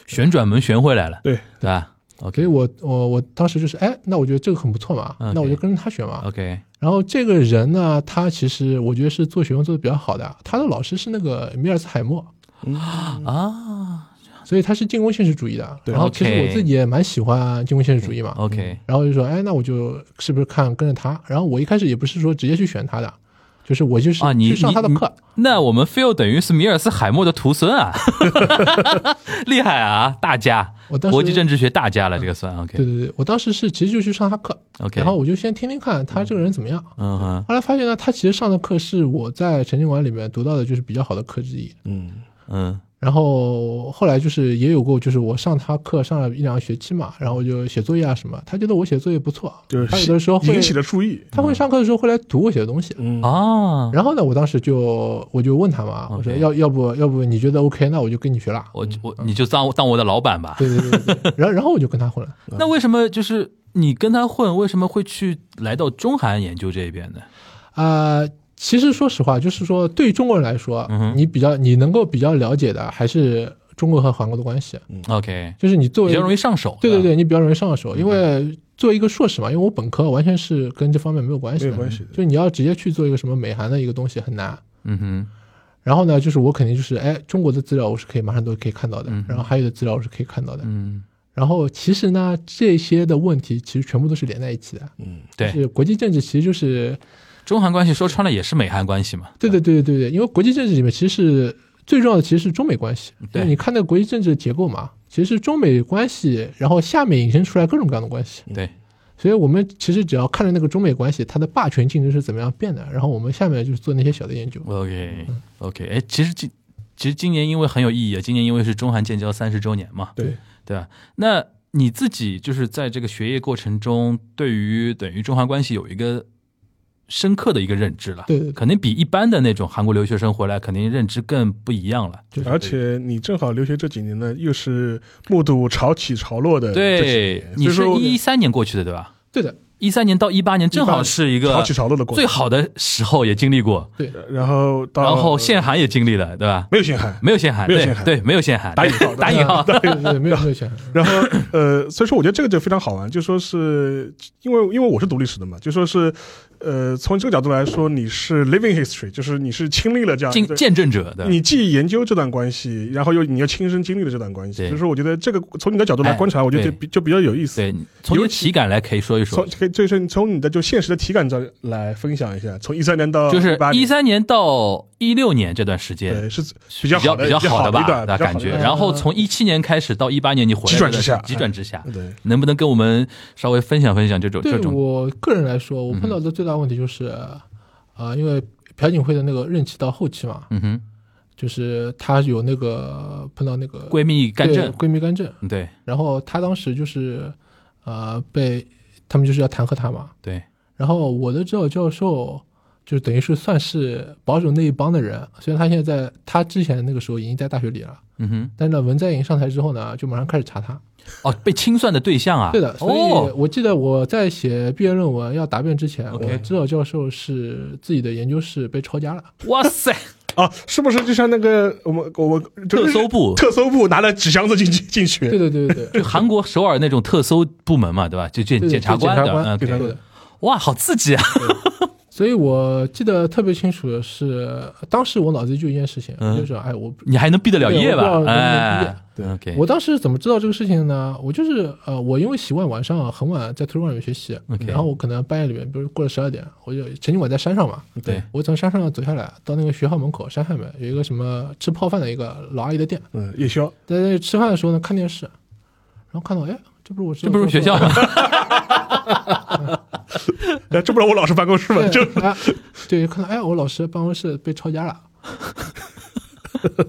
旋转门旋回来了，
对
对吧
所以
？OK
我我我当时就是哎，那我觉得这个很不错嘛，
嗯 OK
那我就跟着他学嘛。
OK
然后这个人呢，他其实我觉得是做学问做的比较好的，他的老师是那个米尔斯海默，
啊
所以他是进攻现实主义的。
对
然后其实
OK
我自己也蛮喜欢进攻现实主义嘛。
OK
然后就说，哎，那我就是不是看跟着他？然后我一开始也不是说直接去选他的，就是我就是
啊，你
去上
你
他的
你
课。
那我们 Phil 等于是米尔斯海默的徒孙
<laughs>
啊， <laughs> 厉害啊，大家，
我当时嗯
国际政治学大家了，这个算 OK。
对对对，我当时是直接就去上他课
OK
然后我就先听听看他这个人怎么样。
嗯哼
后来发现呢，他其实上的课是我在陈经馆里面读到的，就是比较好的课之一。
嗯，
嗯
然后后来就是也有过，就是我上他课上了一两个学期嘛，然后我就写作业啊什么，他觉得我写作业不错，
就是
他有的时候会
引起了注意。
他会上课的时候会来读我写的东西。
啊，
然后呢，我当时就我就问他嘛，我说
OK
要要不要不你觉得 OK，那我就跟你
<laughs>
学了。
我我你就当当我的老板吧。
对对对对，然后然后我就跟他混了。
那为什么就是你跟他混，为什么会去来到中韩研究这边呢？
啊、其实说实话，就是说对于中国人来说，
嗯
你比较你能够比较了解的还是中国和韩国的关系，
OK，
就是你作为
比较容易嗯上手。
对对
吧，
对，你比较容易上手，因为作为一个硕士嘛，因为我本科完全是跟这方面没有关系
没
的，
有关系的
就你要直接去做一个什么美韩的一个东西很难。
嗯哼，
然后呢，就是我肯定就是，哎，中国的资料我是可以马上都可以看到的，然后还有的资料我是可以看到的。
嗯，
然后其实呢，这些的问题其实全部都是连在一起的。就
嗯
对，
是国际政治其实就是，
中韩关系说穿了也是美韩关系嘛。
对对对对对对，因为国际政治里面其实是最重要的，其实是中美关系。
对
因为你看那个国际政治的结构嘛，其实是中美关系，然后下面引申出来各种各样的关系。
对，
所以我们其实只要看着那个中美关系它的霸权竞争是怎么样变的，然后我们下面就是做那些小的研究。
OK OK，哎，其实今其实今年因为很有意义啊，今年因为是中韩建交三十周年嘛，
对，
对吧？那你自己就是在这个学业过程中，对于等于中韩关系有一个深刻的一个认知了，
对对对
肯定比一般的那种韩国留学生回来，肯定认知更不一样了。
就是
而且你正好留学这几年呢，又是目睹潮起潮落的这几
对
年，，
你
所
是
以说
一三年过去的对吧？
对的，
一三年到一八年正好是一
潮
个
起潮落的过程呃
最好的时候，也经历过，
然后到
然后限韩也经历了，对吧？
没有限韩，
没有限韩，
没有
对
限韩
对，没有限韩，
打引号
对 <laughs> 打引号，
对对对，没有没有钱。
然后呃，所以说我觉得这个就非常好玩，就说是因为因为我是读历史的嘛，就说是呃，从这个角度来说，你是 living history，就是你是经历了这样
见
啊对
见证者的。
你既研究这段关系，然后又你又亲身经历了这段关系，
对
所以说我觉得这个从你的角度来
哎
观察，我觉得就
对
比就比较有意思。
对，从你
尤
的
其
体感来可以说一说
从，可以就是你从你的就现实的体感上来分享一下，从一三年到
就是
18年
一三年到一六年这段时间
对是
是
比
较
较好的
比较
比较
好
好的一
吧
段
的
比较好
感
的一
觉，
段
然后从一七年开始到一八年你回来
急转
这段
直下
时急转直下，
对
能不能跟我们稍微分享分享这种这
对
种
我个人来说，
嗯
我碰到的最大问题就是，呃，因为朴槿惠的那个任期到后期嘛，
嗯哼
就是她有那个碰到那个
闺蜜干
对
政？
闺蜜干政，
对
然后她当时就是，呃，被他们就是要弹劾她嘛，
对，
然后我的指导教授就等于是算是保守那一帮的人，虽然他现在在他之前那个时候已经在大学里了，
嗯哼，
但是呢，文在寅上台之后呢，就马上开始查他。
哦，被清算的对象啊，
对的，所以
哦，
我记得我在写毕业论文要答辩之前，
OK
我指导教授是自己的研究室被抄家了。
哇塞，
啊，是不是就像那个我们我们 <laughs> 就
特
是 <laughs>
搜部，
特搜部拿了纸箱子进去进去
对，对对对对
就韩国首尔那种特搜部门嘛，对吧？就 <laughs> 检
对，
察官
对检察
的，嗯
官，对
OK，
的。
哇，好刺激啊！
所以我记得特别清楚的是，当时我脑子里就一件事情，
嗯
就是哎，我
你还能毕得了业
对我
吧
不知道能？不能毕业
哎，
对
OK，
我当时怎么知道这个事情的呢？我就是呃，我因为习惯晚上很晚在图书馆里面学习
OK
然后我可能半夜里面，比如过了十二点，我就曾经我在山上嘛，
对，
我从山上走下来，到那个学校门口山下面有一个什么吃泡饭的一个老阿姨的店，
嗯，夜宵
在那里吃饭的时候呢看电视，然后看到哎，这不是我
这不是学校
吗？
吗？
哎，这不是我老师办公室吗？就
对，哎对，看到哎，我老师办公室被抄家了，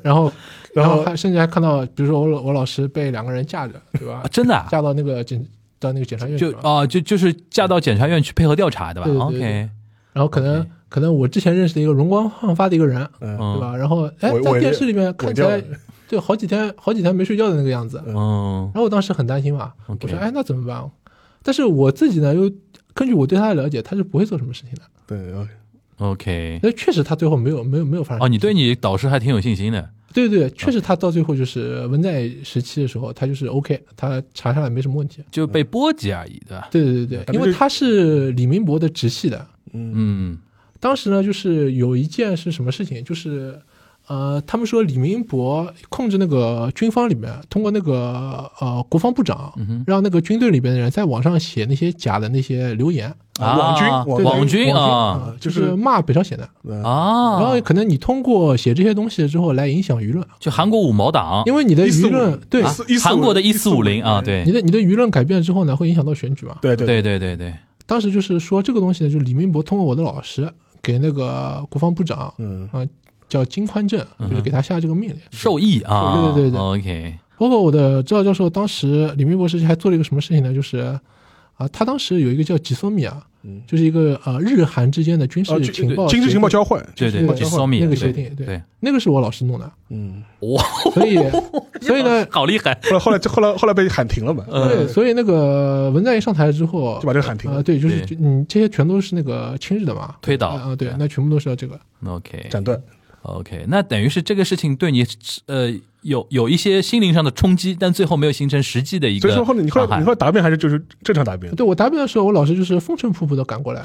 然
<laughs>
后。
然
然
后
后还甚至还看到，比如说我老我老师被两个人架着，对吧
<laughs> 啊？真的啊
<laughs> 嫁到那个检到那个检察院去
就
了
啊，就就是嫁到检察院去配合调查的吧
对对对
？OK，
然后可能
OK
可能我之前认识的一个容光焕发的一个人，
嗯
对吧？然后哎
我，
在
我
电视里面看起
我
来
叫
对好几天好几天没睡觉的那个样子，然
嗯
后我当时很担心嘛，我
OK
说哎那怎么办？但是我自己呢又根据我对他的了解，他是不会做什么事情的。
对，OK，
，OK，
那确实他最后没有没有没有发生
哎哦，你对你导师还挺有信心的。
对对对，确实他到最后就是文在寅时期的时候，他就是 OK，他查下来没什么问题。
就被波及而已，对吧？
对对对
反正
对，因为
就
他是李明博的直系的，
嗯，
当时呢，就是有一件是什么事情，就是呃，他们说李明博控制那个军方里面，通过那个呃国防部长，让那个军队里边的人在网上写那些假的那些留言，
啊
网军
对
网
网
军
就嗯
啊
呃
哦
就是是骂北朝鲜的。然后
啊，
可能你通过写这些东西之后来影响舆论，
就韩国五毛党，
因为你的舆
1450
论对
啊
14一四五
韩国的一
一
四
四
五
五
零
零
啊，
你
对，
的你的舆论改变之后呢，会影响到选举嘛？
对对
对对对对，
当时就是说这个东西呢，就是李明博通过我的老师给那个国防部长，
嗯
啊、叫金宽正，就是给他下这个命令。
受益啊，
对对对对
，OK，
包括我的指导教授，当时李明博士还做了一个什么事情呢？就是啊，他当时有一个叫吉索米啊，嗯，就是一个呃日韩之间的军
呃，
事
军
情报
军事情报
协
交换，
对对，
那个
就是 SOMI
那个协
对
定，对
对，
那个是我老师
<laughs>
弄的，
嗯，
哇，
所以所以呢，
好厉害，
后来后来后来后来被喊停了嘛，
对，所以那个文在寅上台之后
嗯就把这个喊停
啊，
了，
对，就是
对
嗯，这些全都是那个亲日的嘛，
推倒
啊，啊对，那全部都是要这个，
OK
斩断。
OK，那等于是这个事情对你呃有有一些心灵上的冲击，但最后没有形成实际的一个
所以
伤
说
害。
后来你后来你后来答辩还是就是正常答辩，
对我答辩的时候，我老师就是风尘仆仆的赶
<laughs>
过来，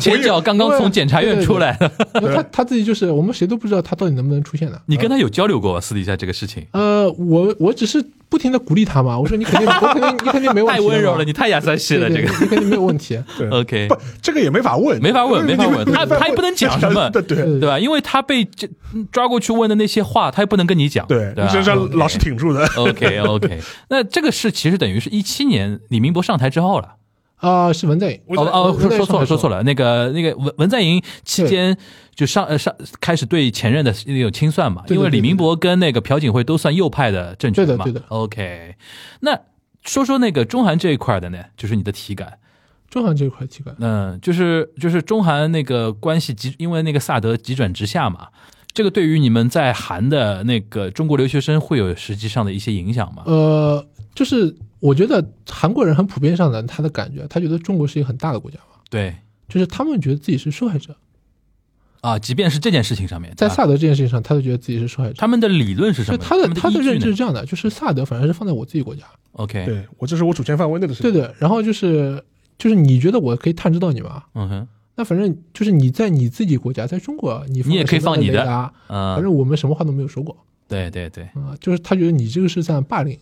前脚刚刚从检察院出来的，
因为他他自己就是我们谁都不知道他到底能不能出现的。
<laughs> 你跟他有交流过吗私底下这个事情？
呃，我我只是不停的鼓励他嘛，我说你肯定，我肯定，你肯定没问
<laughs>
题
太
的嘛，
温柔了，你太亚三系
对
了，
对
这个
对你肯定没有问题。
对
OK
不，这个也没法问，
没法问
你
没法问
你
他他也不能讲什
<laughs>
么
对对
对
对吧？因为他被这抓过去问的那些话，他也不能跟你讲，
对，
吧
你只是让老师挺住的。
OK
<laughs>
OK，那这个是其实等于是一七年李明博上台之后了。
啊、是文在寅，
哦哦，说
文在寅
说错了，
上
说错
了。
了。那个那个文文在寅期间就上呃上开始对前任的有清算嘛，
对对
因为
对
李
对
明博跟那个朴槿惠都算右派的政权
对的
嘛。
对的
OK，那说说那个中韩这一块的呢，就是你的体感。
中韩这一块奇怪，
嗯，就是就是中韩那个关系急，因为那个萨德急转直下嘛，这个对于你们在韩的那个中国留学生会有实际上的一些影响吗？
呃，就是我觉得韩国人很普遍上的他的感觉，他觉得中国是一个很大的国家嘛，
对
就是他们觉得自己是受害者，
啊，即便是这件事情上面，
在
对吧
萨德这件事情上，他就觉得自己是受害者。
啊他们的理论是什
就
么？
他的
们
他的
依据
认知
呢
是这样的，就是萨德反而是放在我自己国家，
OK，
对我这是我主权范围内的事
对
情。
对，然后就是就是你觉得我可以探知到你吗？
嗯哼，
那反正就是你在你自己国家，在中国，你
你也可以放你的
的雷达，
嗯、
反正我们什么话都没有说过
对对对，
啊、就是他觉得你这个是在霸凌，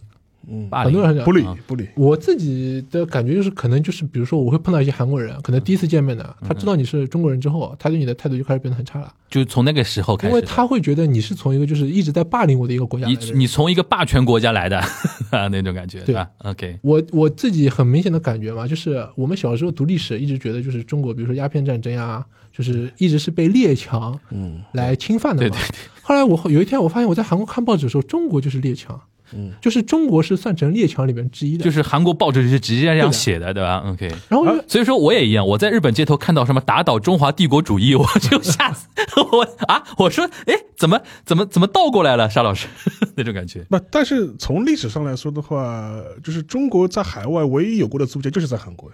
嗯，
霸
很
凌
多人讲
不理
嗯
不理，
我自己的感觉就是，可能就是，比如说我会碰到一些韩国人，可能第一次见面
嗯
的，他知道你是中国人之后，他对你的态度就开始变得很差了，
就从那个时候开
因
始的，
为他会觉得你是从一个就是一直在霸凌我的一个国家来
你
的人。
你从一个霸权国家来的 <laughs> 那种感觉，
对
吧？OK，
我我自己很明显的感觉嘛，就是我们小时候读历史，一直觉得就是中国，比如说鸦片战争呀、就是一直是被列强
嗯
来侵犯的
对
嘛。
对
后来我后有一天我发现我在韩国看报纸的时候，中国就是列强，
嗯，
就是中国是算成列强里面之一的。
就是韩国报纸是直接这样写的，对吧？OK，
然后我就、
啊
所以说我也一样，我在日本街头看到什么打倒中华帝国主义，我就吓死 <laughs> 我啊！我说，哎，怎么怎么怎么倒过来了，沙老师 <laughs> 那种感觉。
不，但是从历史上来说的话，就是中国在海外唯一有过的租界就是在韩国，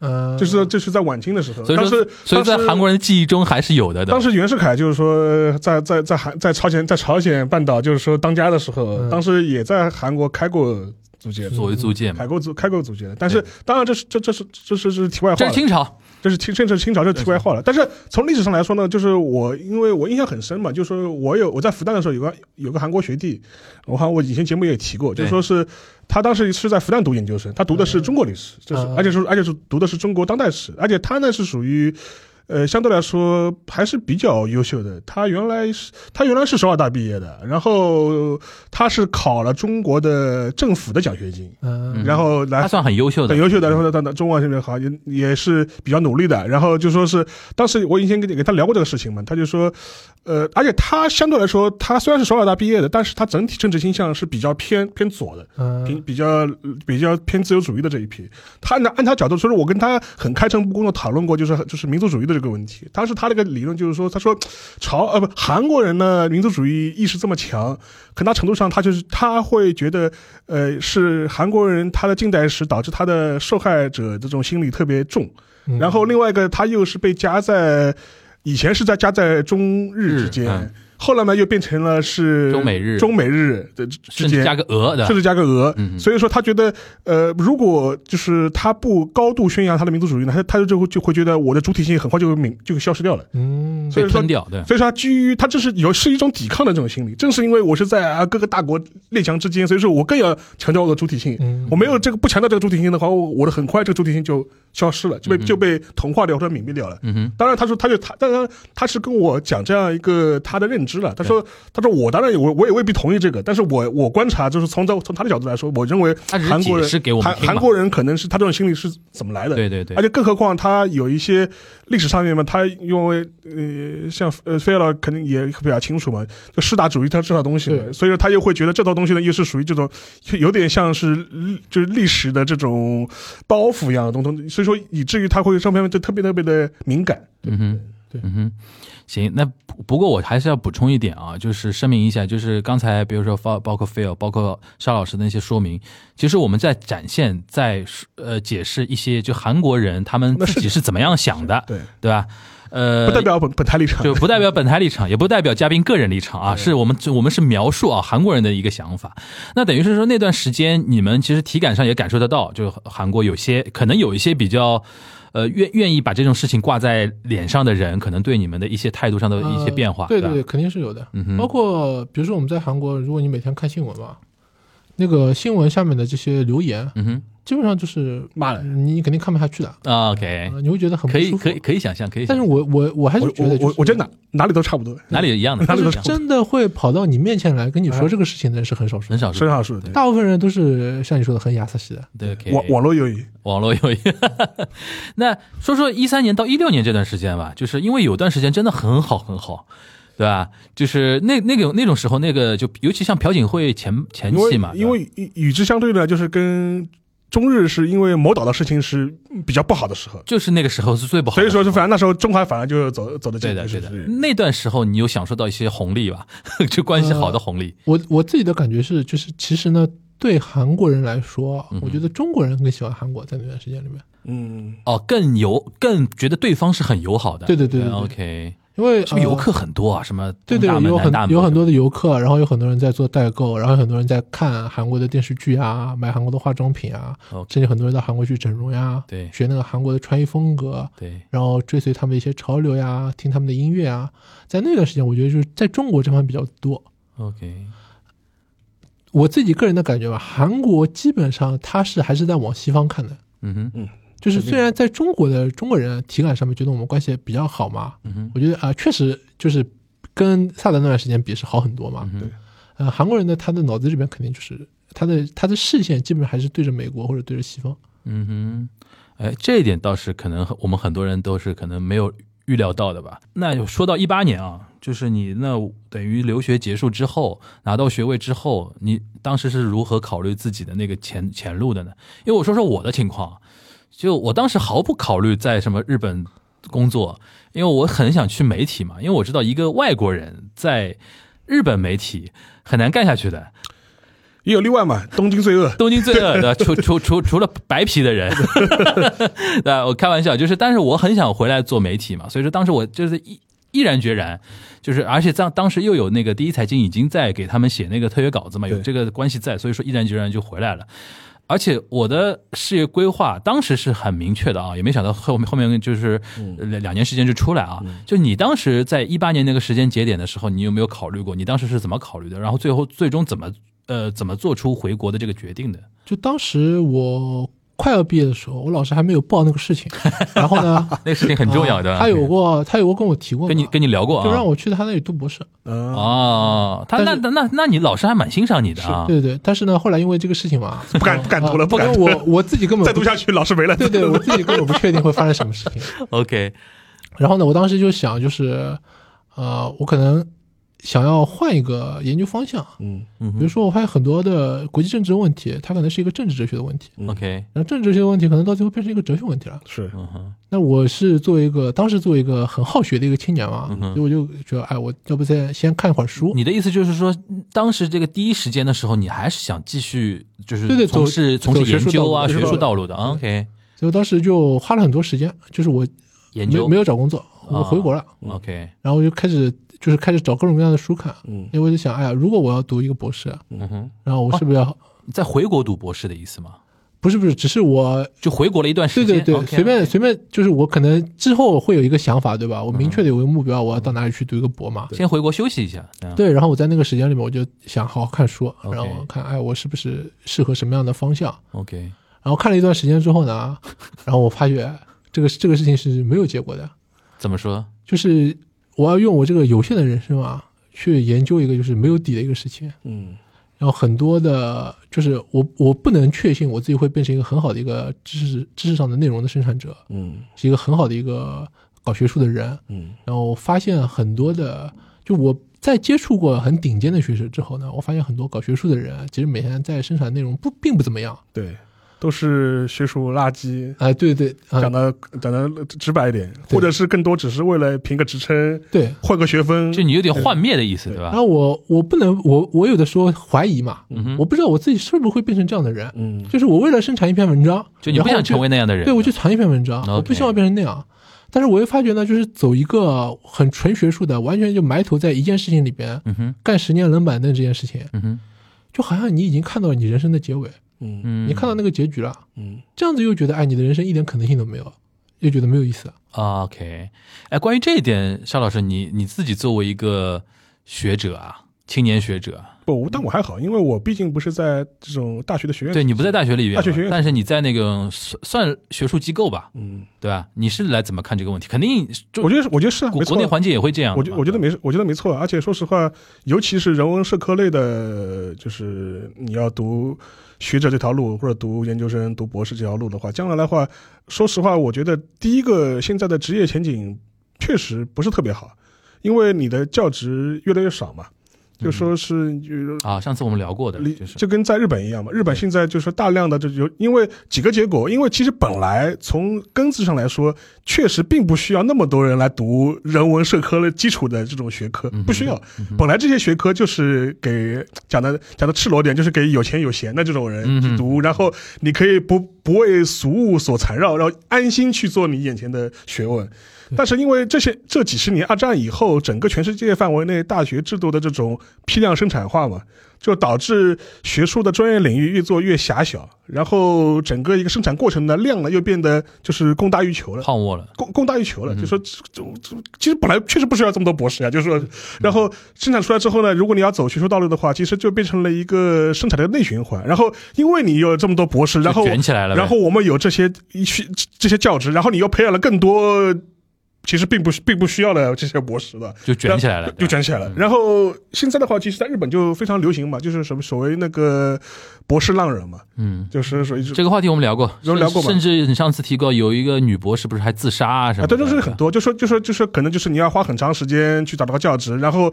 呃，
就是就是在晚清的时候，
所
嗯
以
当
说
时，
所以在韩国人的记忆中还是有的，对吧
当时袁世凯就是说，在在在韩在朝鲜在朝鲜半岛就是说当家的时候，
嗯
当时也在韩国开过租界的，
所谓租界嘛
开，过租开过租界的。但是当然这是这这是这是这是题外话
这
了
是，清朝，
这是清这是清朝这是题外话了。但是从历史上来说呢，就是我因为我印象很深嘛，就是说我有我在复旦的时候有个有个韩国学弟，我好像我以前节目也提过，就
对
是说是他当时是在复旦读研究生，他读的是中国历史，就是
嗯
而且是而且是读的是中国当代史，而且他呢是属于。呃，相对来说还是比较优秀的。他原来是，他原来是首尔大毕业的，然后他是考了中国的政府的奖学金，
嗯、
嗯
然后来
他算很优秀的
很，优秀的，然后他他中国这边好也也是比较努力的，然后就说是当时我以前跟你给他聊过这个事情嘛，他就说，呃，而且他相对来说，他虽然是首尔大毕业的，但是他整体政治倾向是比较偏偏左的，
嗯、
比比较呃比较偏自由主义的这一批。他按按他角度说，我跟他很开诚布公的讨论过，就是就是民族主义的这个问题。当时他那个理论就是说，他说朝呃不韩国人呢民族主义意识这么强，很大程度上他就是他会觉得呃是韩国人他的近代史导致他的受害者这种心理特别重。
嗯
然后另外一个他又是被夹在以前是在夹在中日之间。
日嗯
后来呢，又变成了是
中美日
中美日的之之
甚至
间
加个俄的
甚，至加个俄。
嗯嗯
所以说他觉得，呃，如果就是他不高度宣扬他的民族主义呢，他他就会就会觉得我的主体性很快就会泯就会消失掉了。
嗯，
所以
被
说
吞掉，对。
所以说，他基于他这是有是一种抵抗的这种心理，正是因为我是在啊各个大国列强之间，所以说我更要强调我的主体性。
嗯
我没有这个不强调这个主体性的话，我我的很快这个主体性就消失了，就
嗯
被就被同化掉或者泯灭掉了。
嗯哼，
当然，他说他就他，当然他是跟我讲这样一个他的认知了。他说他说我当然也我我也未必同意这个，但是我我观察就是从这从他的角度来说，我认为
他只是
韩国
解释
人
给我们
韩
听嘛
韩国人可能是他这种心理是怎么来的。
对对对
而且更何况他有一些历史上面嘛，他因为呃像呃菲尔肯定也比较清楚嘛，就施打主义他这套东西嘛，
对
所以说他又会觉得这套东西呢又是属于这种就有点像是历就是历史的这种包袱一样的东东，所以说以至于他会上面就特别特别的敏感。
嗯哼，
对
嗯哼，行。那不不过我还是要补充一点啊，就是声明一下，就是刚才比如说包包括菲尔，包括沙老师的那些说明，其实我们在展现在呃解释一些就韩国人他们
那是
自己是怎么样想的，
对，
对吧？呃，
不代表本本台立场。
<laughs> 就不代表本台立场，也不代表嘉宾个人立场啊，是我们我们是描述啊韩国人的一个想法。那等于是说那段时间你们其实体感上也感受得到，就是韩国有些可能有一些比较。呃，愿愿意把这种事情挂在脸上的人，可能对你们的一些态度上的一些变化，
呃对
对
对
吧
对，肯定是有的。
嗯哼
包括比如说我们在韩国，如果你每天看新闻嘛，那个新闻下面的这些留言，
嗯
基本上就是
骂人
你肯定看不下去的，
哼啊，OK，
呃你会觉得很不
可以
舒服。
可以可以想象，可以想
但
象，
是我我哎我还是
我
觉
我
得、就是
我
嗯
我觉得哪哪里都差不多，
哪里一样的，
哪里
都
都
是
是
一样的
真的会跑到你面前来跟你
哎
说这个事情的人是很少数
很，少数
身，上是。
大部分人都是像你说的很亚瑟系的。
对，OK，
网网络友谊，
网络友谊。 <laughs> 那说说一三年到一六年这段时间吧，就是因为有段时间真的很好很好，对吧？就是那那个那种时候，那个就尤其像朴槿惠前前
因为
期嘛，
因为与与之相对呢，就是跟中日是因为某岛的事情是比较不好的时候，
就是那个时候是最不好
所
的
以
时候。
说就反正那时候中韩反而就走走的
对
近，
的，
就是
对的
是。
那段时候你有享受到一些红利吧？ <laughs> 就关系好的红利。
我我自己的感觉是，就是其实呢，对韩国人来说，啊
嗯哼
我觉得中国人更喜欢韩国，在那段时间里面，
嗯，
哦，更友更觉得对方是很友好的，
对对对对对
o k
因为
是不是
呃
游客很多啊？什么
对
东
对
大，门
有
南大
很
门
有很多的游客，然后有很多人在做代购，然后有很多人在看韩国的电视剧啊，买韩国的化妆品啊，
OK
甚至很多人到韩国去整容呀，
对
学那个韩国的穿衣风格，
对，
然后追随他们的一些潮流呀，听他们的音乐啊，在那段时间，我觉得就是在中国这方面比较多。
OK，
我自己个人的感觉吧，韩国基本上它是还是在往西方看的，
嗯哼，
就是虽然在中国的中国人体感上面觉得我们关系比较好嘛，
嗯哼，
我觉得啊、确实就是跟萨德那段时间比是好很多嘛。
嗯哼
呃，韩国人呢，他的脑子里边肯定就是他的他的视线基本上还是对着美国或者对着西方。
嗯哼，哎，这一点倒是可能我们很多人都是可能没有预料到的吧。那有说到一八年啊，就是你那等于留学结束之后，拿到学位之后，你当时是如何考虑自己的那个前前路的呢？因为我说说我的情况，就我当时毫不考虑在什么日本工作，因为我很想去媒体嘛，因为我知道一个外国人在日本媒体很难干下去的。
也有例外嘛，东京罪恶，
东京罪恶的，除除除除了白皮的人， <laughs> 对，我开玩笑，就是，但是我很想回来做媒体嘛，所以说当时我就是毅毅然决然，就是而且当当时又有那个第一财经已经在给他们写那个特约稿子嘛，有
对
这个关系在，所以说毅然决然就回来了。而且我的事业规划当时是很明确的啊，也没想到后面后面就是两两年时间就出来啊。就你当时在一八年那个时间节点的时候，你有没有考虑过？你当时是怎么考虑的？然后最后最终怎么呃怎么做出回国的这个决定的？
就当时我快要毕业的时候，我老师还没有报那个事情，然后呢，
那个事情很重要的。
啊
啊
他有过他有过跟我提过嘛，
跟你跟你聊过啊，
就让我去他那里读博士。
嗯，
哦，他那
但是
那那那你老师还蛮欣赏你的啊。
对对，但是呢，后来因为这个事情嘛，
<laughs> 不敢不敢读了，
啊
不敢
因 <laughs> 为我我自己根本
再读下去老师没了。
对对，我自己根本不确定会发生什么事情。
OK，
然后呢，我当时就想，就是，呃，我可能想要换一个研究方向，
<laughs> 嗯
嗯
比如说，我发现很多的国际政治问题，它可能是一个政治哲学的问题，
哼，OK，
然后政治哲学的问题可能到最后变成一个哲学问题了。
是
嗯哼，
那我是作为一个当时作为一个很好学的一个青年
嗯
嘛，所以我就觉得，哎，我要不再先看一会儿书，
你的意思就是说，当时这个第一时间的时候，你还是想继续就是
对对
从
走
事从事
走学
研
术
究啊
道路
学
是
术
吧嗯
道路的啊 OK
所以我当时就花了很多时间，就是我
研
没
究啊
没有找工作，我回国了，
OK
然后我就开始就是开始找各种各样的书看，
嗯
因为我就想，哎呀，如果我要读一个博士，
嗯哼，
然后我是不是要、
你在回国读博士的意思吗？不
不是不是，只是我
就回国了一段时
对
间
对对
OK，
随便随便，就是我可能之后会有一个想法，对吧？我
嗯
明确的有个目标，我要到哪里去读一个博嘛。
先回国休息一下。嗯对
对，然后我在那个时间里面，我就想好好看书，
OK
然后看，哎，我是不是适合什么样的方向？
OK，
然后看了一段时间之后呢，然后我发觉这个这个事情是没有结果的，
怎么说？
就是我要用我这个有限的人生啊，去研究一个就是没有底的一个事情。
嗯
然后很多的，就是我我不能确信我自己会变成一个很好的一个知识知识上的内容的生产者，
嗯
是一个很好的一个搞学术的人。
嗯
然后我发现很多的，就我在接触过很顶尖的学者之后呢，我发现很多搞学术的人其实每天在生产内容不并不怎么样。
对，都是学术垃圾。
哎、对对，啊、
讲的讲的直白一点，
对
或者是更多只是为了评个职称，
对。
换个学分。
就你有点幻灭的意思，对
然
吧？
后我我不能我我有的时候怀疑嘛，
嗯哼
我不知道我自己是不是会变成这样的人，
嗯
就是我为了生产一篇文章，
就你不
然
想
后我
成为那样的人，啊
对，我就传一篇文章，
OK
我不希望变成那样。但是我又发觉呢，就是走一个很纯学术的，完全就埋头在一件事情里边
嗯哼，
干十年冷板凳这件事情，
嗯哼，
就好像你已经看到了你人生的结尾，
嗯
嗯，
你看到那个结局了，
嗯
这样子又觉得哎，你的人生一点可能性都没有，又觉得没有意思。
OK，哎，关于这一点，邵老师，你你自己作为一个学者啊，青年学者啊，
不，但我还好，因为我毕竟不是在这种大学的学院。
对你不在大学里边嘛，
大学学院
但是你在那个算算学术机构吧，
嗯，
对吧？你是来怎么看这个问题？肯定就
我觉得是我觉得是啊，
国
没错
国
啊。
内环境也会这样的
我
嘛，
觉我觉得没事，我觉得没错。而且说实话，尤其是人文社科类的，就是你要读学者这条路，或者读研究生、读博士这条路的话，将来的话，说实话，我觉得第一个现在的职业前景确实不是特别好，因为你的教职越来越少嘛，就
嗯
说是就
啊。上次我们聊过的，
离
就是
就跟在日本一样嘛，日本现在就是大量的就有，因为几个结果，因为其实本来从根子上来说，确实并不需要那么多人来读人文社科的基础的这种学科
嗯哼，
不需要。本来这些学科就是给讲的讲的赤裸点，就是给有钱有闲的这种人
嗯
去
哼
读，然后你可以不不为俗物所缠绕，然后安心去做你眼前的学问。但是因为这些这几十年二战以后，整个全世界范围内大学制度的这种批量生产化嘛，就导致学术的专业领域越做越狭小，然后整个一个生产过程呢量呢又变得就是供大于求了。
泡沫了，
供供大于求了，就说这这这，其实本来确实不需要这么多博士啊，就是说，然后生产出来之后呢，如果你要走学术道路的话，其实就变成了一个生产的内循环。然后因为你有这么多博士，然后
就卷起来了呗，
然后我们有这些一去这些教职，然后你又培养了更多，其实并不并不需要的这些博士的，
就卷起来了，
就
对吧嗯
卷起来了。然后现在的话，其实在日本就非常流行嘛，就是什么所谓那个博士浪人嘛，
嗯。
就是说一直
这个话题我们聊过，
有聊过吗
甚至你上次提过，有一个女博士不是还自杀啊什
啊，
么
对，
的？
就是很多，就说就说就说，可能就是你要花很长时间去找到个教职，然后，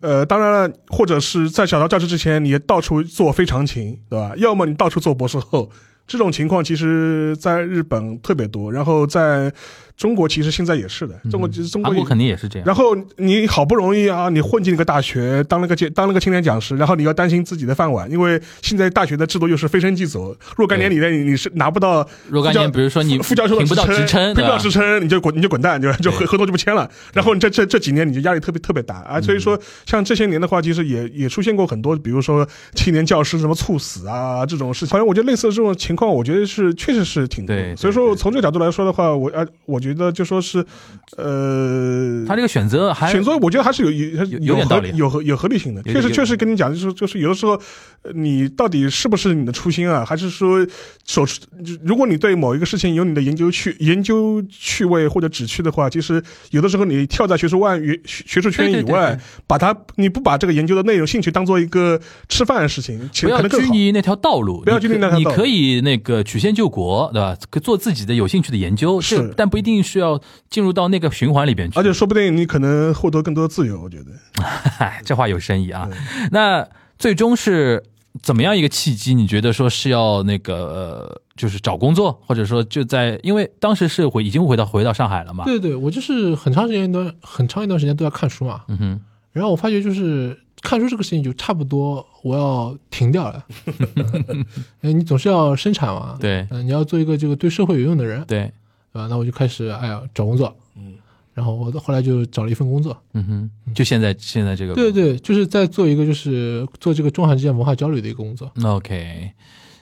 呃，当然了，或者是在找到教职之前，你也到处做非常勤，对吧？要么你到处做博士后，这种情况其实在日本特别多，然后在中国其实现在也是的，中国、其实中国
嗯韩
也
国肯定也是这样。
然后你好不容易啊，你混进一个大学，当了个当了个青年讲师，然后你要担心自己的饭碗，因为现在大学的制度又是非升即走，若干年里面你是拿不到
若干
副
年，
教
比如说你
副教授的
评不到职称，
评不
对
到
吧？
职称你就滚你就滚蛋，就就合
对嗯
合同就不签了。然后你这这这几年你就压力特别特别大啊，所以说像这些年的话，其实也也出现过很多，比如说青年教师什么猝死啊这种事情，反正我觉得类似的这种情况，我觉得是确实是挺多的
对对
所以说
对
从这个角度来说的话，我啊我觉得就说是呃，
他这个选择还
选择我觉得还是有有
有有
有
点
合
道理啊
有合有合理性的，
有
确实
有
确实跟你讲，就是就是有的时候，呃你到底是不是你的初心啊，还是说手持，就如果你对某一个事情有你的研究趣研究趣味或者旨趣的话，其实有的时候你跳在学术外学学术圈
对对
以
对
外
对，
把它你不把这个研究的内容兴趣当做一个吃饭的事情，其实
不
可
要
能更
拘
好。
泥那条道路，
不要
你
拘
可
泥那条
你
道路
可以那个曲线救国，对吧？可做自己的有兴趣的研究，
是啊
这但不一定需要进入到那个循环里边去。
而且说不定你可能获得更多自由，我觉得。
<laughs> 哎，这话有深意啊。那最终是怎么样一个契机？你觉得说是要那个、呃、就是找工作，或者说就在因为当时是回已经回到回到上海了嘛？
对对，我就是很长时间都很长一段时间都在看书嘛，
嗯哼，
然后我发觉就是看书这个事情就差不多我要停掉
<laughs>
了，哎，你总是要生产嘛，
对
嗯、你要做一个这个对社会有用的人，
对，
对吧？那我就开始哎呀找工作，嗯，然后我后来就找了一份工作，
嗯哼，就现在现在这个
对对，就是在做一个就是做这个中韩之间文化交流的一个工作，
OK，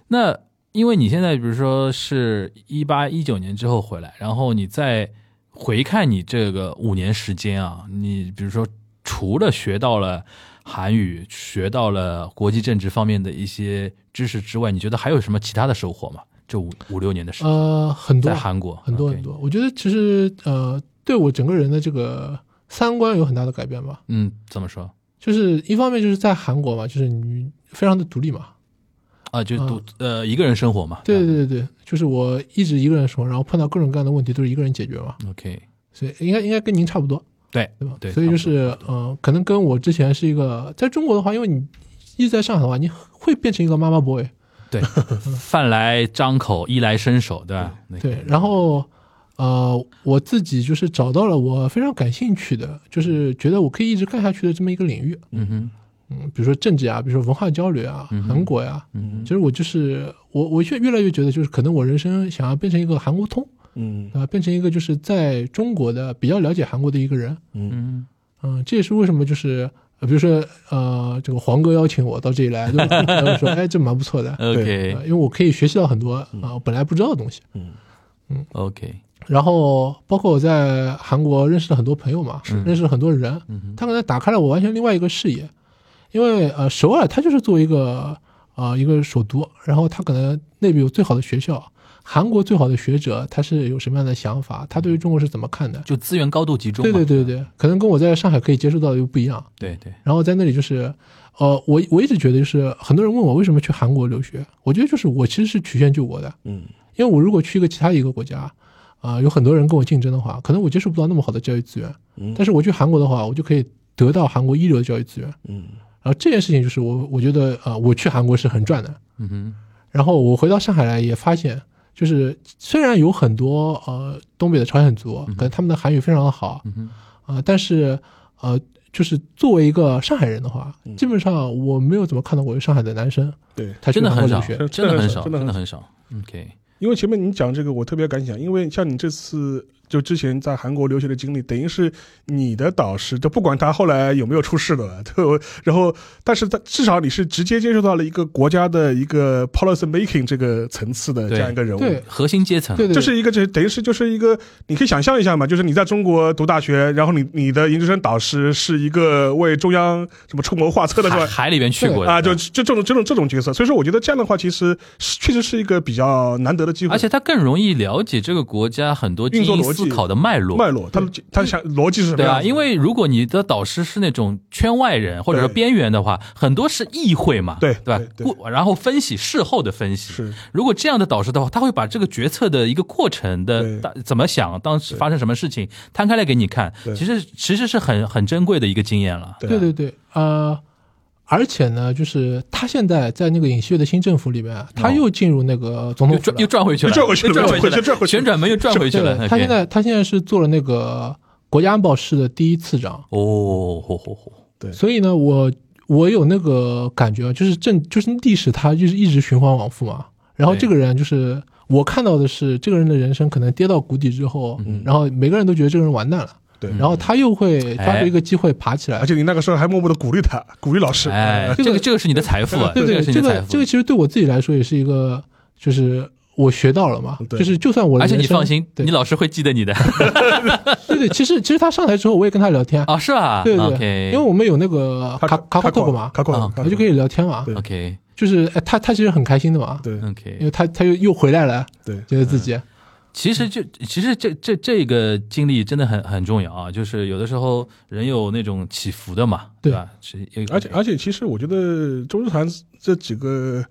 那因为你现在比如说是一八一九年之后回来，然后你再回看你这个五年时间啊，你比如说除了学到了韩语，学到了国际政治方面的一些知识之外，你觉得还有什么其他的收获吗？这五五六年的时间，
呃，很多
在韩国
很多
OK
很多，我觉得其实呃对我整个人的这个三观有很大的改变吧，
嗯，怎么说？
就是一方面就是在韩国嘛，就是你非常的独立嘛，
啊，就独、呃一个人生活嘛。
对对对对，就是我一直一个人生活，然后碰到各种各样的问题都是一个人解决嘛，
o k
所以应该应该跟您差不多，
对
对吧？
对
所以就
差不多
是呃，可能跟我之前是一个在中国的话，因为你一直在上海的话，你会变成一个妈妈 boy，
对，饭来张口，衣来伸手，对吧？那个
对，然后呃，我自己就是找到了我非常感兴趣的，就是觉得我可以一直干下去的这么一个领域，
嗯哼，
嗯，比如说政治啊，比如说文化交流啊，
嗯哼
韩国呀、
嗯哼
其实我就是我，我越越来越觉得，就是可能我人生想要变成一个韩国通
嗯
啊、变成一个就是在中国的比较了解韩国的一个人。
嗯
嗯、这也是为什么就是、呃比如说呃，这个黄哥邀请我到这里来，对吧然后我说 <laughs> 哎，这蛮
<laughs>
不错的，呃
，OK
因为我可以学习到很多啊、
嗯
我本来不知道的东西。
OK，
然后包括我在韩国认识了很多朋友嘛，
是
认识了很多人，
嗯
他可能打开了我完全另外一个视野，因为呃，首尔它就是作为一个呃一个首都，然后它可能内部有最好的学校，韩国最好的学者他是有什么样的想法，他对于中国是怎么看的？
就资源高度集中
对
嘛。
对对对，可能跟我在上海可以接触到的又不一样。
对对
然后在那里就是，呃，我我一直觉得就是很多人问我为什么去韩国留学，我觉得就是我其实是曲线救国的，
嗯
因为我如果去一个其他一个国家，啊、有很多人跟我竞争的话，可能我接触不到那么好的教育资源。
嗯
但是我去韩国的话，我就可以得到韩国一流的教育资源。
嗯
然后这件事情就是我我觉得啊、呃我去韩国是很赚的。
嗯哼，
然后我回到上海来也发现，就是虽然有很多呃东北的朝鲜族，可能他们的韩语非常的好，
嗯哼，
啊、但是呃，就是作为一个上海人的话，
嗯
基本上我没有怎么看到过有上海的男生
对，
他去
真的
韩国
很
留
少，
学。
真的很少，
真的很少
真的很少。OK，
因为前面你讲这个，我特别感想，因为像你这次就之前在韩国留学的经历，等于是你的导师，就不管他后来有没有出事了，就然后，但是他至少你是直接接触到了一个国家的一个 policy making 这个层次的这
对
样一个人物。
对
核心阶层，
对对，
这是一个，这等于是就是一个，你可以想象一下嘛，就是你在中国读大学，然后你你的研究生导师是一个为中央什么出谋划策的，是
<laughs>
海
吧？
海里边去过的
啊，就就这种这种这种角色，所以说我觉得这样的话，其实是确实是一个比较难得的机会，
而且他更容易了解这个国家很多
运
经
作
济
逻辑
思考的脉络，
脉络，他他想逻辑是什么
对
样
啊，
子？
因为如果你的导师是那种圈外人或者是
对
边缘的话，很多是议会嘛，
对
对吧
对？对
过然后分析事后的分析。
是
如果这样的导师的话，他会把这个决策的一个过程的
对
大怎么想，当时发生什么事情摊开来给你看，
对
其实其实是很很珍贵的一个经验了。
对
对
啊
对对，呃，而且呢，就是他现在在那个尹锡悦的新政府里面，他又进入那个总
又
统府
转
了。
又转回去了，
又转回去了
转回去
又转回去
旋转门又转回去
对
了。
他现在他现在是做了那个国家安保室的第一次长，
哦，吼吼吼，
所以呢，我我有那个感觉，就是政就是历史，它就是一直循环往复嘛。然后
对
这个人就是我看到的是这个人的人生可能跌到谷底之后，然后每个人都觉得这个人完蛋了，
对
然后他又会抓住一个机会爬起来，
而且你那个时候还默默的鼓励他，鼓励老师，
哎，这
这个
个这个是你的财富啊，
对
个
对，
是
这
你的财
个
富，
这个其实对我自己来说也是一个，就是我学到了嘛，
对
就是就算我的
而且你
人生
放心，
对
你老师会记得你的
<laughs>
<laughs>
对对，其实其实他上台之后我也跟他聊天，
啊，是吧？
对对
o
对，
k
因为我们有那个卡卡卡 talk 嘛，
卡
啊
过，
我就可以聊天嘛，
对
OK
就是哎他他其实很开心的嘛，
对
OK，
因为他他又又回来了，
对
觉得自
嗯
己
其实就其实这这这个经历真的很很重要啊，就是有的时候人有那种起伏的嘛，
对
吧？是有
而且而且，其实我觉得中日韩这几个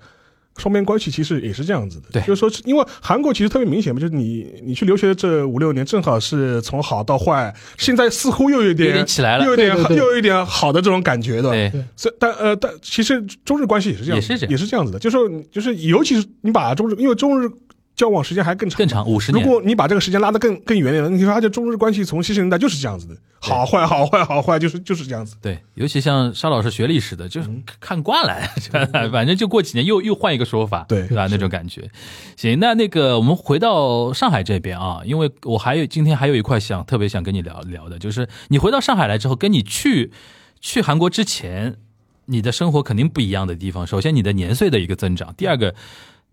双边关系其实也是这样子的，
对
就是说是，因为韩国其实特别明显嘛，就是你你去留学的这五六年，正好是从好到坏，现在似乎又有
有
点
点起来了
又，有点
对对对
又有一点好的这种感觉的。
对
对
所以，但呃，但其实中日关系也是这样子，
也是这样
也是这样子的，就是说就是，尤其是你把中日，因为中日交往时间还更长，
更长五十
如
年，
果你把这个时间拉得更更远点，你会发现中日关系从七十年代就是这样子的，好坏好坏好坏就是就是这样子。
对，尤其像沙老师学历史的，就是看惯了， <laughs> 反正就过几年又又换一个说法，
对
吧？那种感觉。行，那那个我们回到上海这边啊，因为我还有今天还有一块想特别想跟你聊聊的，就是你回到上海来之后，跟你去去韩国之前，你的生活肯定不一样的地方。首先，你的年岁的一个增长；第二个，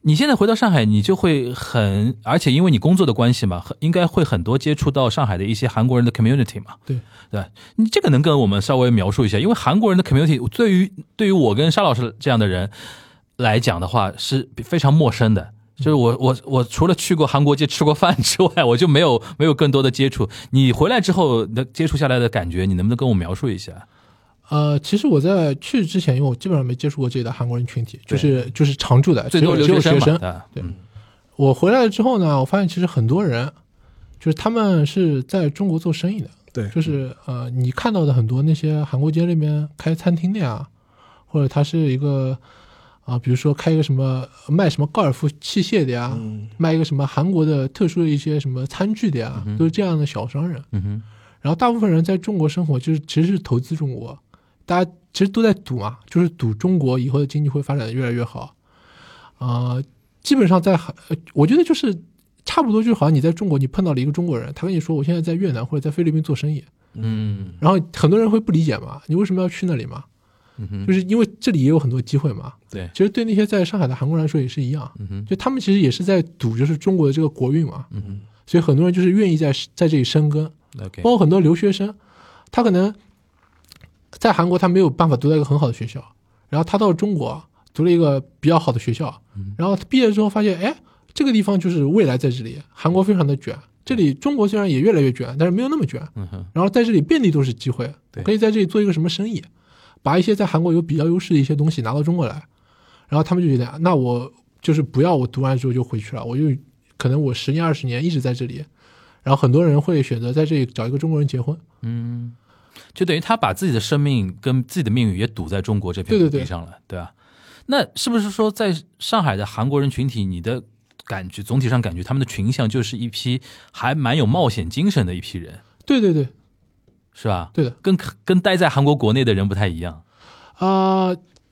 你现在回到上海，你就会很，而且因为你工作的关系嘛，很应该会很多接触到上海的一些韩国人的 community 嘛。
对
对吧，你这个能跟我们稍微描述一下？因为韩国人的 community 对于对于我跟沙老师这样的人来讲的话，是非常陌生的。就是我我我除了去过韩国街吃过饭之外，我就没有没有更多的接触。你回来之后的接触下来的感觉，你能不能跟我描述一下？
呃，其实我在去之前，因为我基本上没接触过这里的韩国人群体，就
对
是就是常住的，
最多
只
留
有只有
生
学
嘛，
生。
对吧
对
嗯
我回来之后呢，我发现其实很多人，就是他们是在中国做生意的，
对
就是呃，你看到的很多那些韩国街里面开餐厅的呀，或者他是一个啊、比如说开一个什么卖什么高尔夫器械的呀，
嗯
卖一个什么韩国的特殊的一些什么餐具的呀，都是这样的小商人。
嗯哼，
然后大部分人在中国生活，就是其实是投资中国，大家其实都在赌嘛，就是赌中国以后的经济会发展的越来越好。呃，基本上在韩，呃我觉得就是差不多，就好像你在中国，你碰到了一个中国人，他跟你说我现在在越南或者在菲律宾做生意，
嗯
然后很多人会不理解嘛，你为什么要去那里嘛？
嗯哼，
就是因为这里也有很多机会嘛。
对，
其实对那些在上海的韩国人来说也是一样，
嗯哼，
就他们其实也是在赌，就是中国的这个国运嘛。
嗯
所以很多人就是愿意在在这里生根，
哼，OK，
包括很多留学生，他可能在韩国他没有办法读到一个很好的学校，然后他到中国读了一个比较好的学校，
嗯
然后毕业之后发现，哎，这个地方就是未来在这里，韩国非常的卷，这里中国虽然也越来越卷，但是没有那么卷，
嗯哼，
然后在这里遍地都是机会，
对
可以在这里做一个什么生意，把一些在韩国有比较优势的一些东西拿到中国来，然后他们就觉得，那我就是不要我读完之后就回去了，我就可能我十年二十年一直在这里，然后很多人会选择在这里找一个中国人结婚，
嗯，就等于他把自己的生命跟自己的命运也赌在中国这片
对
土
对对
地上了，对吧？那是不是说，在上海的韩国人群体，你的感觉总体上感觉他们的群像就是一批还蛮有冒险精神的一批人，
对对对
是吧？
对的，
跟跟待在韩国国内的人不太一样，
啊、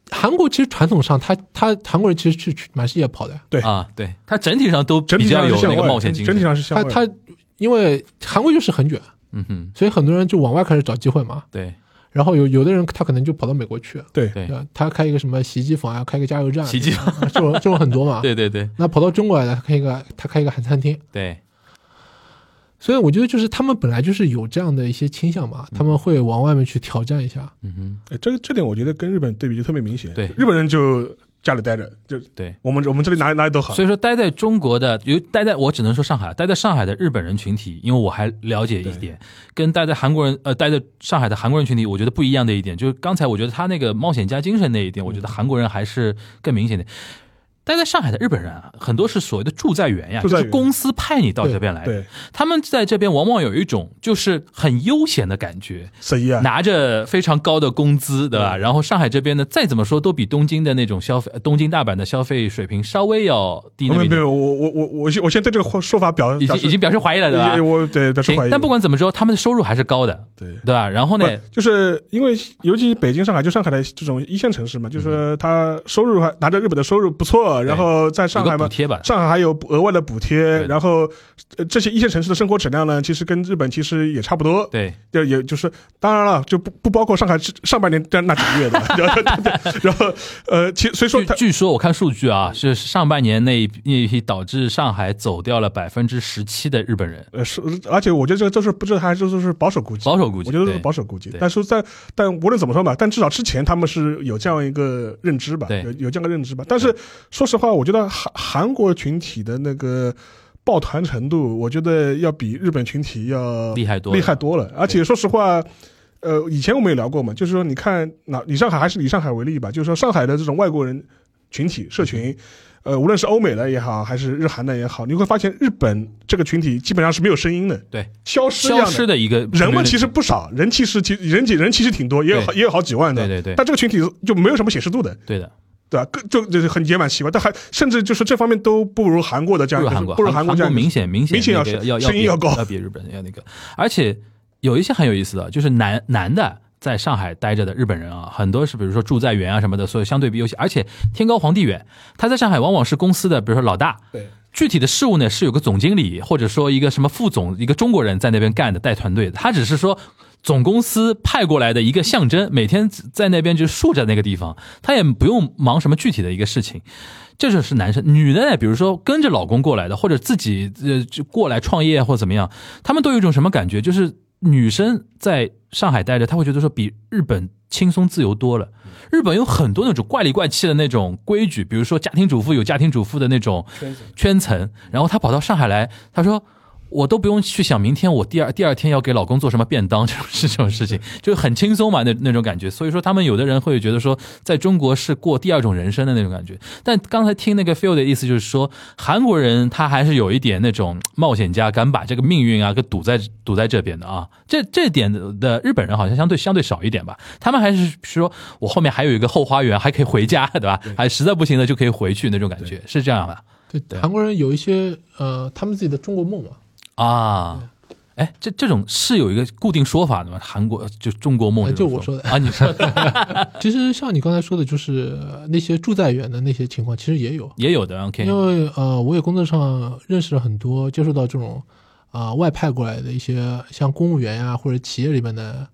韩国其实传统上他他韩国人其实是去满世界跑的，
对
啊，对，他整体上都
整
比
体
较
上
有
是向
那个
外，
冒险精
整体
神，
上是向
他
外。
他因为韩国就是很卷，
嗯哼，
所以很多人就往外开始找机会嘛，
对
然后有有的人他可能就跑到美国去，
对
对
对吧，他开一个什么洗衣机房啊，开个加油站啊，
奇迹，
这种这种很 <laughs>
啊
多嘛。
对对对
那跑到中国来的，他开一个他开一个韩餐厅，
对，
所以我觉得就是他们本来就是有这样的一些倾向嘛，他们会往外面去挑战一下。
嗯哼，
哎这个这点我觉得跟日本对比就特别明显。
对
日本人就家里待着，就
对。
我们我们这里哪里哪里都好。
所以说，待在中国的，有待在我只能说上海，待在上海的日本人群体，因为我还了解一点，跟待在韩国人，呃，待在上海的韩国人群体，我觉得不一样的一点，就是刚才我觉得他那个冒险家精神那一点，我觉得韩国人还是更明显的。待在上海的日本人啊，很多是所谓的驻在员呀，
驻
就
在
是
员
公司派你到
对
这边来的，
对，
他们在这边往往有一种就是很悠闲的感觉，
十一啊，
拿着非常高的工资，对
嗯
吧？然后上海这边呢，再怎么说都比东京的那种消费，呃东京、大阪的消费水平稍微要低那
没
么
有
一
没
点，
有，我我我我现我现在对这个说法表
已
表
经
示
已经表示怀疑了，对吧
也？我对表示怀
行
疑。
但不管怎么说，他们的收入还是高的，
对
对吧？然后呢，
不就是因为尤其北京、上海，就上海的这种一线城
嗯
市嘛，就是他收入还拿着日本的收入不错，然后在
有
上海
个
嘛
补，贴吧，
上海还有额外的补贴，
对
然后、呃、这些一线城市的生活质量呢，其实跟日本其实也差不多。
对，
就也就是当然了，就不不包括上海上半年 <laughs> 那那几个月的，然后然后呃，其所以说
据
它
据说我看数据啊，是上半年那一批那一批导致上海走掉了百分之十七的日本人，
呃是，而且我觉得这个都是不知道还是就是保守估计，
保守估计
我觉得都
对
是保守估计
对。
但是在但无论怎么说吧，但至少之前他们是有这样一个认知吧，
对
有有这样的认知吧。但是说实话，我觉得韩韩国群体的那个抱团程度，我觉得要比日本群体要
厉害多了
厉害多了。而且说实话。呃，以前我们也聊过嘛，就是说，你看，那以上海还是以上海为例吧，就是说，上海的这种外国人群体社
嗯
群，呃，无论是欧美的也好，还是日韩的也好，你会发现日本这个群体基本上是没有声音的，
对，
消失一样
消
的
失的一个
人嘛，其实不少，人气是其人气人气是挺多，也有
对
好也有好几万的，
对对对
但这个群体就没有什么显示度的，
对的，
对吧？更就就是很也蛮奇怪，但还甚至就是这方面都不如韩国的这
不
样，就是
如韩国，
不如
韩
韩国这样一个
明显明显
明显
那
要
个
是
要
声音
比
要高
要比日本要那个，而且有一些很有意思的，就是男男的在上海待着的日本人啊，很多是比如说驻在员啊什么的，所以相对比优秀，而且天高皇帝远，他在上海往往是公司的，比如说老大。
对
具体的事务呢，是有个总经理或者说一个什么副总，一个中国人在那边干的，带团队的。他只是说总公司派过来的一个象征，每天在那边就竖着那个地方，他也不用忙什么具体的一个事情。这就是男生，女的呢，比如说跟着老公过来的，或者自己呃就过来创业或者怎么样，他们都有一种什么感觉？就是女生在上海待着，她会觉得说比日本轻松自由多了。日本有很多那种怪里怪气的那种规矩，比如说家庭主妇有家庭主妇的那种圈层，然后她跑到上海来，她说。我都不用去想明天我第二第二天要给老公做什么便当 <laughs> 这种事这种事情，就很轻松嘛那那种感觉。所以说他们有的人会觉得说，在中国是过第二种人生的那种感觉。但刚才听那个 Phil 的意思就是说，韩国人他还是有一点那种冒险家，敢把这个命运啊给赌在赌在这边的啊。这这点的日本人好像相对相对少一点吧，他们还是说我后面还有一个后花园，还可以回家，对吧？还实在不行了就可以回去那种感觉，是这样吧？
对，韩国人有一些呃，他们自己的中国梦嘛，
啊，哎，这这种是有一个固定说法的吗？韩国就中国梦
哎
这种，
就我说的
啊，你说
<laughs>
的
其实像你刚才说的，就是呃那些住在园的那些情况，其实也有，
也有的，OK，
因为呃，我也工作上认识了很多接触到这种啊、呃外派过来的一些像公务员呀或者企业里面的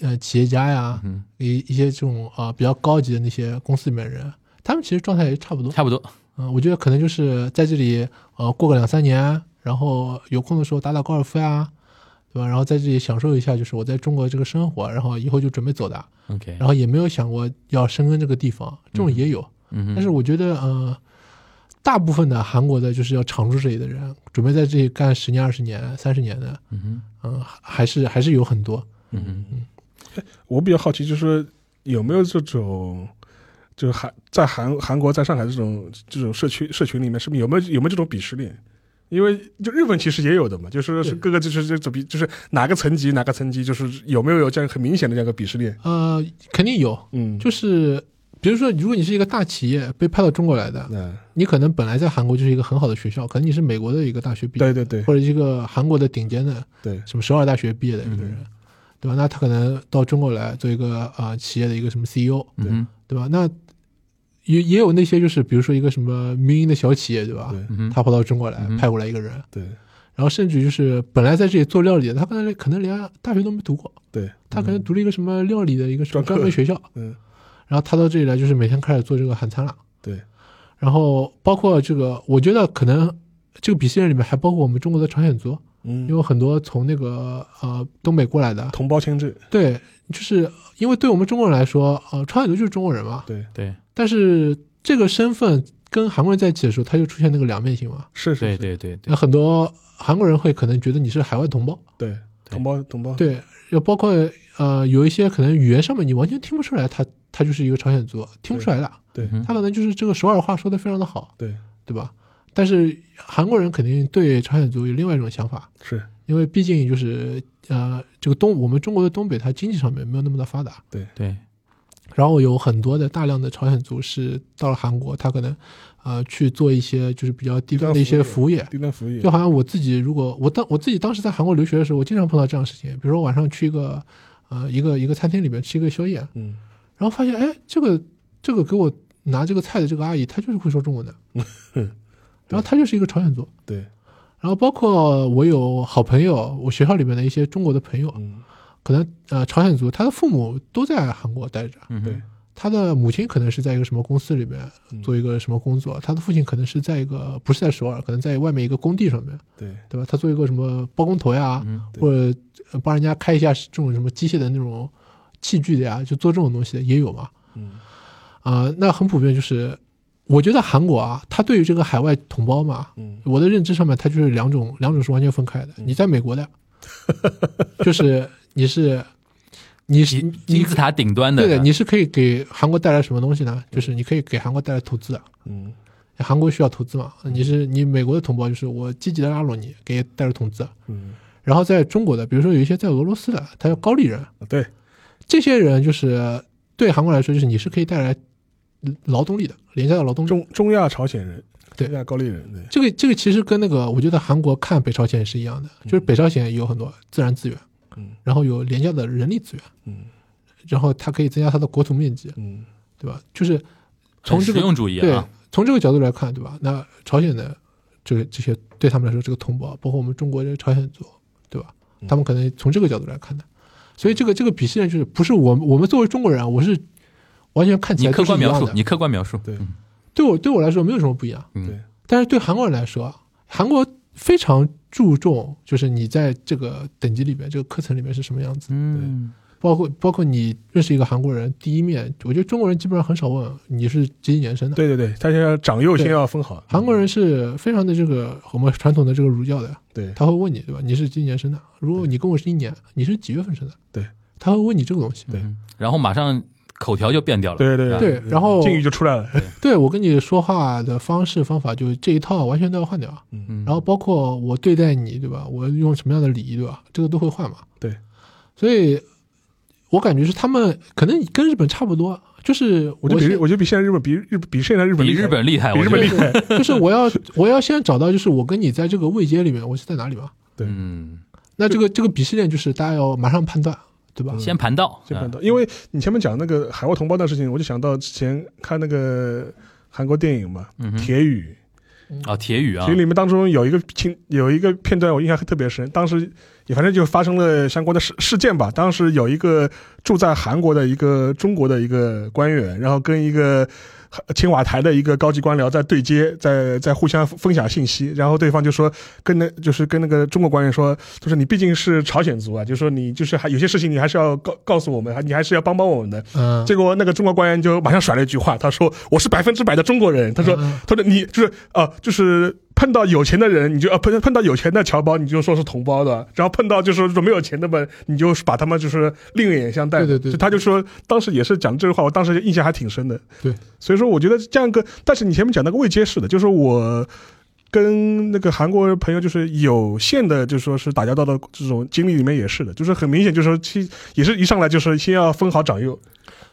呃企业家呀，
嗯
一一些这种啊、呃比较高级的那些公司里面的人，他们其实状态也差不多。
差不多，
嗯、我觉得可能就是在这里呃过个两三年，然后有空的时候打打高尔夫呀，对吧？然后在这里享受一下就是我在中国这个生活，然后以后就准备走的， <laughs>
OK，
然后也没有想过要深耕这个地方，这种也有。
嗯哼，
但是我觉得，呃，大部分的韩国的就是要常住这里的人，准备在这里干十年、二十年、三十年的，
嗯哼，
嗯、还是还是有很多。
嗯哼，
我比较好奇，就是有没有这种，就是韩在韩韩国在上海这种这种社区社群里面，是不是有没有有没有这种鄙视链？因为就日本其实也有的嘛，就是
对
是各个就是这种比就是哪个层级哪个层级，就是有没有有这样很明显的这样一个鄙视链？
呃，肯定有，
嗯，
就是比如说，如果你是一个大企业被派到中国来的，
嗯，
你可能本来在韩国就是一个很好的学校，可能你是美国的一个大学毕业，
对对对
或者一个韩国的顶尖的
对，嗯
什么首尔大学毕业的一个人，对吧？那他可能到中国来做一个呃企业的一个什么 CEO，
嗯哼，
对吧？那也也有那些就是比如说一个什么民营的小企业，对吧？
对
嗯哼，
他跑到中国来
嗯哼
派过来一个人，
对
然后甚至就是本来在这里做料理的，他可能可能连大学都没读过，
对，
他可能
嗯
读了一个什么料理的一个什么专门学校，
嗯
然后他到这里来就是每天开始做这个韩餐了。
对，
然后包括这个，我觉得可能这个鄙视链里面还包括我们中国的朝鲜族，因
嗯，
为有很多从那个呃东北过来的，
同胞签证，
对，就是因为对我们中国人来说，呃，朝鲜族就是中国人嘛，
对，
对
但是这个身份跟韩国人在一起的时候，他就出现那个两面性嘛，
是
对
是，
对对对
那，很多韩国人会可能觉得你是海外同胞，
对，同胞同胞，
对，要包括呃有一些可能语言上面你完全听不出来他他就是一个朝鲜族，听不出来的，
对
嗯
他可能就是这个首尔话说的非常的好，
对，
对吧？但是韩国人肯定对朝鲜族有另外一种想法，
是，
因为毕竟就是呃这个东我们中国的东北它经济上面没有那么的发达，
对，
然后有很多的大量的朝鲜族是到了韩国，他可能呃去做一些就是比较低端的一些服务业，
低端服务业
就，好像我自己，如果我当我自己当时在韩国留学的时候，我经常碰到这样的事情，比如说晚上去一个呃一个一个餐厅里面吃一个宵夜，
嗯，
然后发现哎，这个这个给我拿这个菜的这个阿姨，她就是会说中文的，然后她就是一个朝鲜族。
对，
然后包括我有好朋友，我学校里面的一些中国的朋友，
嗯，
可能呃朝鲜族，他的父母都在韩国待着，
嗯
对
哼，
他的母亲可能是在一个什么公司里面做一个什么工作，他的父亲可能是在一个不是在首尔，可能在外面一个工地上面，
对，
对吧？他做一个什么包工头呀，
嗯
对
或者呃帮人家开一下这种什么机械的那种器具的呀，就做这种东西的也有嘛。
嗯，
啊、那很普遍，就是我觉得韩国啊，他对于这个海外同胞嘛，
嗯，
我的认知上面，它就是两种，两种是完全分开的。你在美国的，就是你是你是
金金字塔顶端的，
对的，你是可以给韩国带来什么东西呢？就是你可以给韩国带来投资啊。
嗯，
韩国需要投资嘛？你是你美国的同胞，就是我积极的拉拢你，给带来投资。啊
嗯，
然后在中国的，比如说有一些在俄罗斯的，他叫高丽人，
对，
这些人就是对韩国来说，就是你是可以带来劳动力的，廉价的劳动力。
中中亚朝鲜人，
对
中亚高丽人，对，
这个这个其实跟那个，我觉得韩国看北朝鲜是一样的，就是北朝鲜有很多自然资源，
嗯
然后有廉价的人力资源，
嗯
然后它可以增加它的国土面积，
嗯，
对吧？就是从这
实
个
用主义
对
啊，
从这个角度来看，对吧？那朝鲜的这个这些对他们来说，这个同胞，包括我们中国的朝鲜族，对吧？
嗯
他们可能从这个角度来看的，所以这个这个鄙视链就是不是我们我们作为中国人，我是完全看起
你
来
客
都是
观
一
描
样
述，
的
你，客观描述，
对
嗯
对我对我来说没有什么不一样。
对
嗯，
但是对韩国人来说，韩国非常注重就是你在这个等级里面、这个课程里面是什么样子。
嗯，
包括包括你认识一个韩国人，第一面，我觉得中国人基本上很少问你是几几年生的。
对对对，他先要长幼先
对
要分好。嗯
韩国人是非常的这个我们传统的这个儒教的，
对
他会问你对吧？你是几几年生的？如果你跟我是一年，你是几月份生的？
对，嗯
他会问你这个东西。
对
然后马上口条就变掉了。
对对
对然后
敬语就出来了。
对我跟你说话的方式方法，就这一套完全都要换掉。啊
嗯，
然后包括我对待你，对吧？我用什么样的礼仪，对吧？这个都会换嘛。
对，
所以我感觉是他们可能跟日本差不多，就是
我觉得比日
先
我觉得比现在日本比日比现在日本
比
厉害
日本厉害，
比
我
日
觉
本
得
厉害。
就是我要 <laughs> 我要先找到，就是我跟你在这个位阶里面，我是在哪里嘛？
嗯，
那这个这个鄙视链就是大家要马上判断，对吧？
先盘道，
先看
啊
到，因为你前面讲那个海外同胞的事情，我就想到之前看那个韩国电影嘛，
嗯
《铁雨》。
啊，铁雨啊
所以，里面当中有一个情有一个片段我印象特别深，当时也反正就发生了相关的事事件吧。当时有一个住在韩国的一个中国的一个官员，然后跟一个青瓦台的一个高级官僚在对接，在在互相分享信息，然后对方就说跟那就是跟那个中国官员说，就是你毕竟是朝鲜族啊，就说你就是还有些事情你还是要告告诉我们，还你还是要帮帮我们的。
嗯，
结果那个中国官员就马上甩了一句话，他说：“我是百分之百的中国人。”他说
嗯：“
他说你就是呃，就是碰到有钱的人，你就呃碰碰到有钱的侨胞，你就说是同胞的；然后碰到就是说没有钱的嘛，你就把他们就是另眼相待。”
对对对
就他就说当时也是讲这句话，我当时印象还挺深的。
对，
所以说我觉得这样一个，但是你前面讲那个未接式的，就是我。跟那个韩国朋友就是有限的，就是说是打交道的这种经历里面也是的，就是很明显，就是说其也是一上来就是先要分好长幼，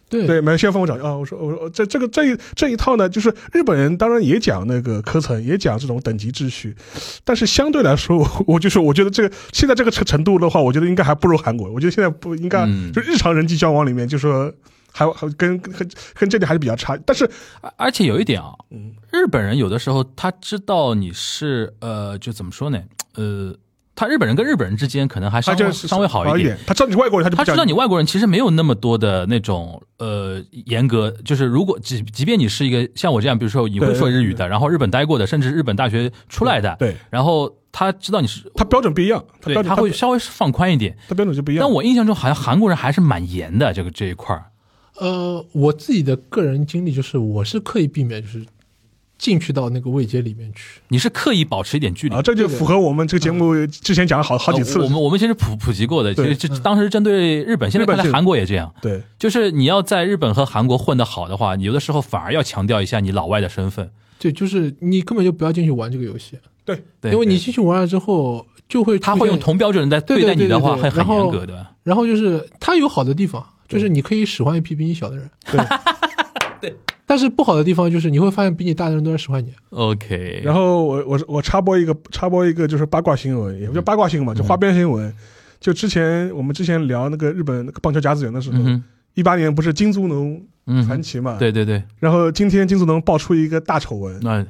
对
对，没有先放我讲啊，我说我说这这个这一这一套呢，就是日本人当然也讲那个科层，也讲这种等级秩序，但是相对来说， <laughs> 我我就是我觉得这个现在这个程程度的话，我觉得应该还不如韩国。我觉得现在不应该、
嗯
就日常人际交往里面，就说还还跟跟跟这里还是比较差。但是
而而且有一点啊，
嗯
日本人有的时候他知道你是呃，就怎么说呢，呃，他日本人跟日本人之间可能还稍
他
微
就是
稍微好一点。，
他知道你是外国人，他就
他
不
知
讲
道你外国人其实没有那么多的那种呃严格，就是如果即即便你是一个像我这样，比如说你会
对
说日语的，然后日本待过的，甚至日本大学出来的，
对，
然后他知道你是，
他标准不一样，他
对
标准
他会稍微放宽一点。
他标准就不一样。
但我印象中好像韩国人还是蛮严的，这个这一块儿，
呃，我自己的个人经历就是，我是刻意避免就是进去到那个位阶里面去。
你是刻意保持一点距离
啊，。这就符合我们这个节目之前讲了好好几次
嗯呃我
了。
们我们其实普普及过的，其
对
实这当时针对日本，现在
日本
看来
是
韩国也这样。
对，
就是你要在日本和韩国混得好的话，你有的时候反而要强调一下你老外的身份。
对，就是你根本就不要进去玩这个游戏，
对，
因为你
对
进去玩了之后就会出
他会用
现
同标准在
对
对待你的话，
对对
会
对对
很
然后
严格的。
然后就是它有好的地方，就是你可以使唤一批比你小的人。 <laughs>
对
对。
但是不好的地方就是你会发现比你大的人都在使唤你。
OK，
然后我我我插播一个插播一个就是八卦新闻，也不叫八卦新闻嘛，就花边新
嗯
闻。就之前我们之前聊那个日本那个棒球甲子园的时候
嗯，哼，
一八、年不是金足农
嗯
传
哼，
奇嘛？。
对对对，
然后今天金足农爆出一个大丑闻，
那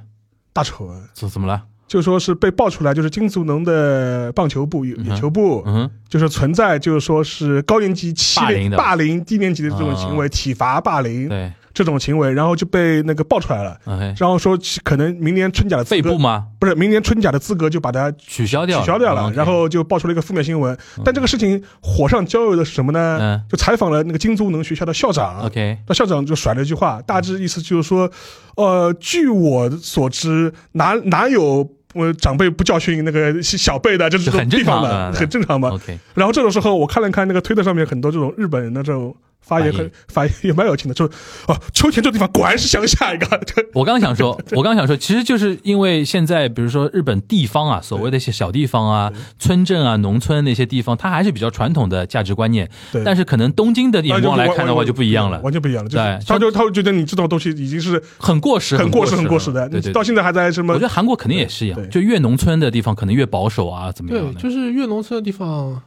大丑闻，
怎怎么了？
就说是被爆出来，就是金足农的棒球部、野
嗯哼
野球部，
嗯哼，
就是存在就是说是高年级欺
霸凌
凌、
的哦
霸凌低年级的这种行为，体罚霸凌
对
这种行为，然后就被那个爆出来了。
，OK，
然后说可能明年春假的资
肺
格
部吗？
不是明年春假的资格就把它
取消掉，哦
取消掉了，
OK
然后就爆出了一个负面新闻。但这个事情火上浇油的是什么呢？
嗯
就采访了那个金足能学校的校长。
OK，
那校长就甩了一句话，大致意思就是说，呃，据我所知，哪哪有呃长辈不教训那个小辈的，这是
这很正
地方
常
的，
嗯
很正常嘛。
OK，
然后这种时候，我看了看那个推特上面很多这种日本人的这种发言很发言也蛮有趣的，就是哦，秋田这地方果然是乡下一个，
我刚
<laughs>
想说，我刚想说，其实就是因为现在，比如说日本地方啊，所谓的一些小地方啊、村镇啊、农村那些地方，它还是比较传统的价值观念。
对
<laughs> 但是可能东京的眼光来看的话，就不一样了，
完全不一样了。就是
对
他就他会觉得你这种东西已经是
很过时，
很过时、很
很
过时的，
对
你
对。
到
对
现在还在什
我
么
觉？得韩国肯定也是一样，
对
就越农村的地方可能越保守啊，怎么样
对，
的？
就是越农村的地方，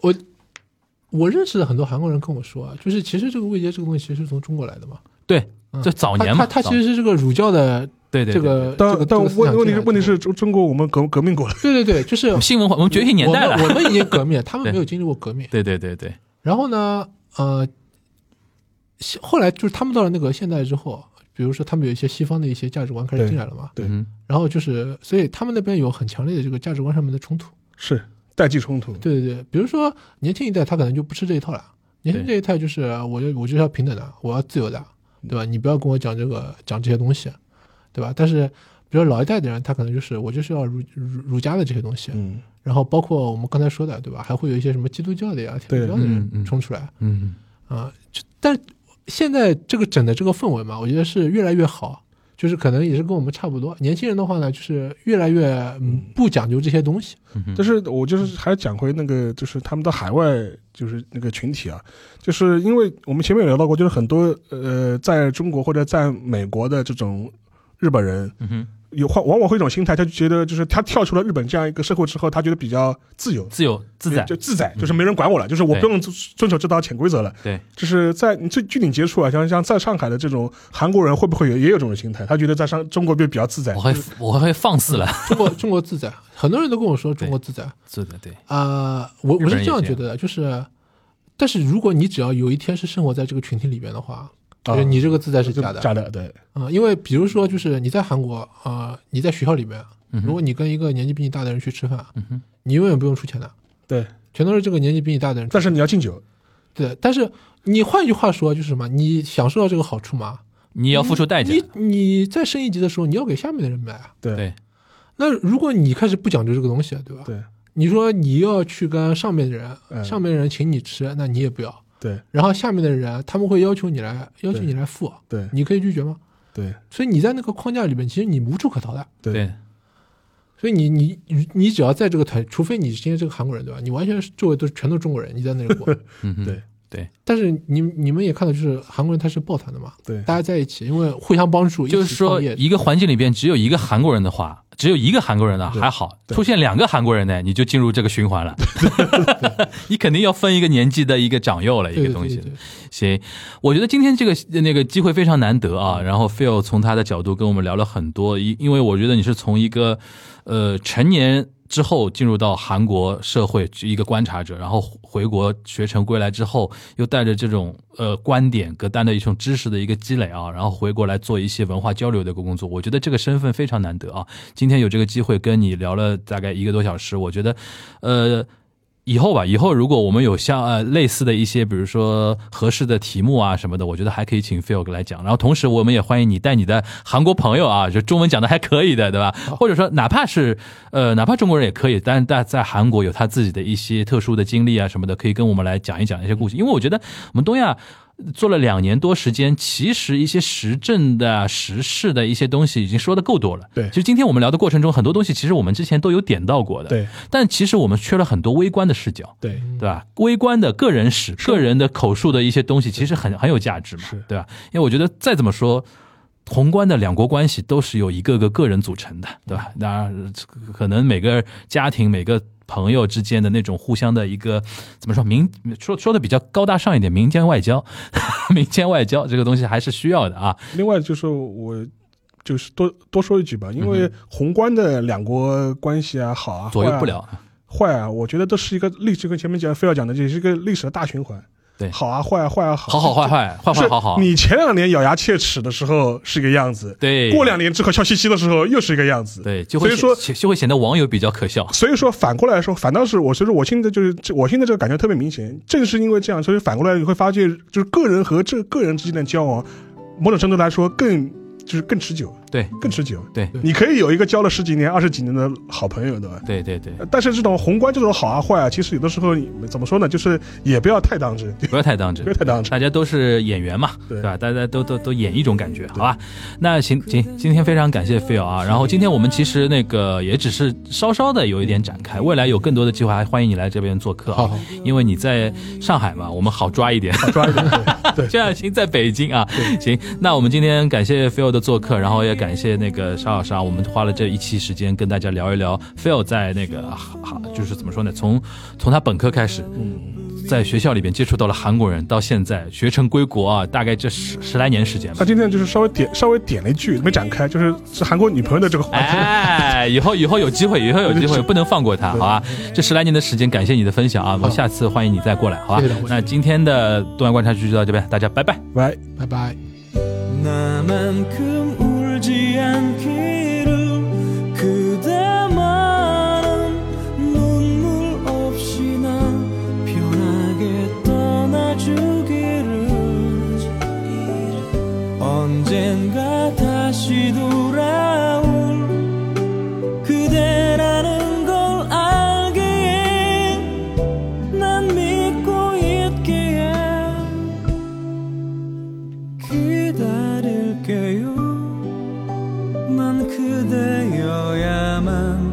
我我认识的很多韩国人跟我说啊，就是其实这个位阶这个东西其实是从中国来的嘛。
对
嗯，
这早年嘛，
它它它
早
其实是这个儒教的
对对
这个这
但
个
但
这个思
问
想
问题
进
是
来
问题
之后
是中中国我们革革命过了，
对对对，就是
对 <laughs> 新文化，我们觉醒年代
我
了，
们我们已经革命，他们
对
没有经历过革命。
对对对对，
然后呢，呃，西后来就是他们到了那个现代之后，比如说他们有一些西方的一些价值观开始
对
进来了嘛，
对
嗯
然后就是，所以他们那边有很强烈的这个价值观上面的冲突。
<laughs> 是代际冲突。
对对对，比如说年轻一代他可能就不吃这一套了，年轻这一代就是我就我就是要平等的，我要自由的，
嗯
对吧？你不要跟我讲这个讲这些东西，对吧？但是比如老一代的人，他可能就是我就是要儒儒儒家的这些东西，
嗯
然后包括我们刚才说的，对吧？还会有一些什么基督教的呀、天主教的
嗯嗯
人冲出来
嗯，
啊、就但现在这个整的这个氛围嘛，我觉得是越来越好，就是可能也是跟我们差不多。年轻人的话呢，就是越来越嗯不讲究这些东西，
嗯
但是我嗯就是还讲回那个，就是他们到海外就是那个群体啊，就是因为我们前面有聊到过，就是很多呃，在中国或者在美国的这种日本人，
嗯哼，
有往往往会一种心态，他就觉得就是他跳出了日本这样一个社会之后，他觉得比较自由。
自由自在
就，自在，就是没人管我了，就是我
对
不用遵遵守这套潜规则了。
对，
就是在你最据你接触啊，像像在上海的这种韩国人，会不会也也有这种心态？他觉得在上中国就比较自在
我，会我会放肆了，
中国中国自在，很多人都跟我说中国自在啊、
对的对，
呃我我
日本
是
人
这样
也这
觉得的，就是，但是如果你只要有一天是生活在这个群体里边的话，
啊
就是你这个自在是
就
假的
假的，对，
啊、因为比如说就是你在韩国啊、你在学校里面，
嗯哼
如果你跟一个年纪比你大的人去吃饭，
嗯哼，
你永远不用出钱的，
对，
全都是这个年纪比你大的人出。
但是你要敬酒，
对，但是你换句话说就是什么？你享受到这个好处吗？
你要付出代价，
你你在升一级的时候，你要给下面的人买啊。
对
对
那如果你开始不讲究这个东西，啊对吧？
对
你说你要去跟上面的人，
嗯
上面的人请你吃，那你也不要。
对
然后下面的人他们会要求你来，要求你来付，啊
对
你可以拒绝吗？
对
所以你在那个框架里面，其实你无处可逃的。
对，
所以你你你你只要在这个团，除非你是今天这个韩国人，对吧？你完全是周围都是全都是中国人，你在那
<laughs>
里过。
嗯哼，
对
对，
但是你你们也看到，就是韩国人他是抱团的嘛，
对
大家在一起，因为互相帮助，
就是
一起创
说
业
一个环境里边只有一个韩国人的话，只有一个韩国人的
对
还好，
对
出现两个韩国人呢，你就进入这个循环了， <laughs> 你肯定要分一个年纪的一个长幼了，一
对
个
对
东
对
西
对，对
行，我觉得今天这个那个机会非常难得啊。然后 Phil 从他的角度跟我们聊了很多，因因为我觉得你是从一个呃成年之后进入到韩国社会一个观察者，然后回国学成归来之后，又带着这种呃观点跟带着一种知识的一个积累啊，然后回国来做一些文化交流的工作。我觉得这个身份非常难得啊。今天有这个机会跟你聊了大概一个多小时，我觉得呃。以后吧，以后如果我们有像呃类似的一些，比如说合适的题目啊什么的，我觉得还可以请 Phil 来讲。然后同时，我们也欢迎你带你的韩国朋友啊，就中文讲的还可以的，对吧？或者说，哪怕是呃，哪怕中国人也可以，但是在在韩国有他自己的一些特殊的经历啊什么的，可以跟我们来讲一讲一些故事。因为我觉得我们东亚做了两年多时间，其实一些时政的、时事的一些东西已经说的够多了。
对
其实今天我们聊的过程中，很多东西其实我们之前都有点到过的。
对
但其实我们缺了很多微观的视角，
对
对吧？微观的个人史、个人的口述的一些东西，其实很很有价值嘛
是，
对吧？因为我觉得再怎么说。宏观的两国关系都是由一个个个人组成的，对吧？那呃这个可能每个家庭、每个朋友之间的那种互相的一个怎么说民说说的比较高大上一点，民间外交， <laughs> 民间外交这个东西还是需要的啊。
另外就是我就是多多说一句吧，因为宏观的两国关系啊，好啊，
嗯左
坏
右
啊
不了，
坏啊，我觉得都是一个历史，跟前面讲非要讲的，也是一个历史的大循环。
对
好啊，坏啊，坏啊，好，
好好坏坏，坏
是
坏好好，
你前两年咬牙切齿的时候是一个样子，
对，
过两年之后笑嘻嘻的时候又是一个样子。
对，就会
所以说
显就会显得网友比较可笑。
所以说反过来说，反倒是我，所以说我现在就是这我现在这个感觉特别明显。正是因为这样，所以反过来你会发现，就是个人和这个人之间的交往，某种程度来说更就是更持久，
对
更持久。
对
你可以有一个交了十几年、二十几年的好朋友，对吧？
对对对，
呃但是这种宏观这种好啊坏啊，其实有的时候你怎么说呢，就是也不要太当真，
不要太当真
不要，太当真。
大家都是演员嘛，
对
对吧？大家都都都演一种感觉，好吧？那行行，今天非常感谢 Phil 啊，然后今天我们其实那个也只是稍稍的有一点展开，未来有更多的计划，还欢迎你来这边做客
好
啊
好，
因为你在上海嘛，我们好抓一点。
抓一点，对
<laughs>
对
这样行，在北京啊，行，那我们今天感谢 Phil 的做客，然后也感谢那个沙老师啊，我们花了这一期时间跟大家聊一聊 Phil 在那个哈，就是怎么说呢，从从他本科开始，
嗯
在学校里边接触到了韩国人，到现在学成归国啊，大概这十十来年时间吧
那。今天就是稍微点稍微点了一句，没展开，就是是韩国女朋友的这个
啊
话题。
哎，以后以后有机会，以后有机
<laughs>
会，不能放过他，好吧？这十来年的时间，感谢你的分享啊！我们下次欢迎你再过来，好吧
谢谢两？位
那今天的东阳观察局就到这边，大家拜拜。
喂。
拜拜。
나만큼 울지 않기를 그대만은 눈물 없이 나 편하게 떠나주길 언젠가 다시 돌아올 그대라는 걸 알기에 난 믿고 있기에 기다릴게요 난 그대여야만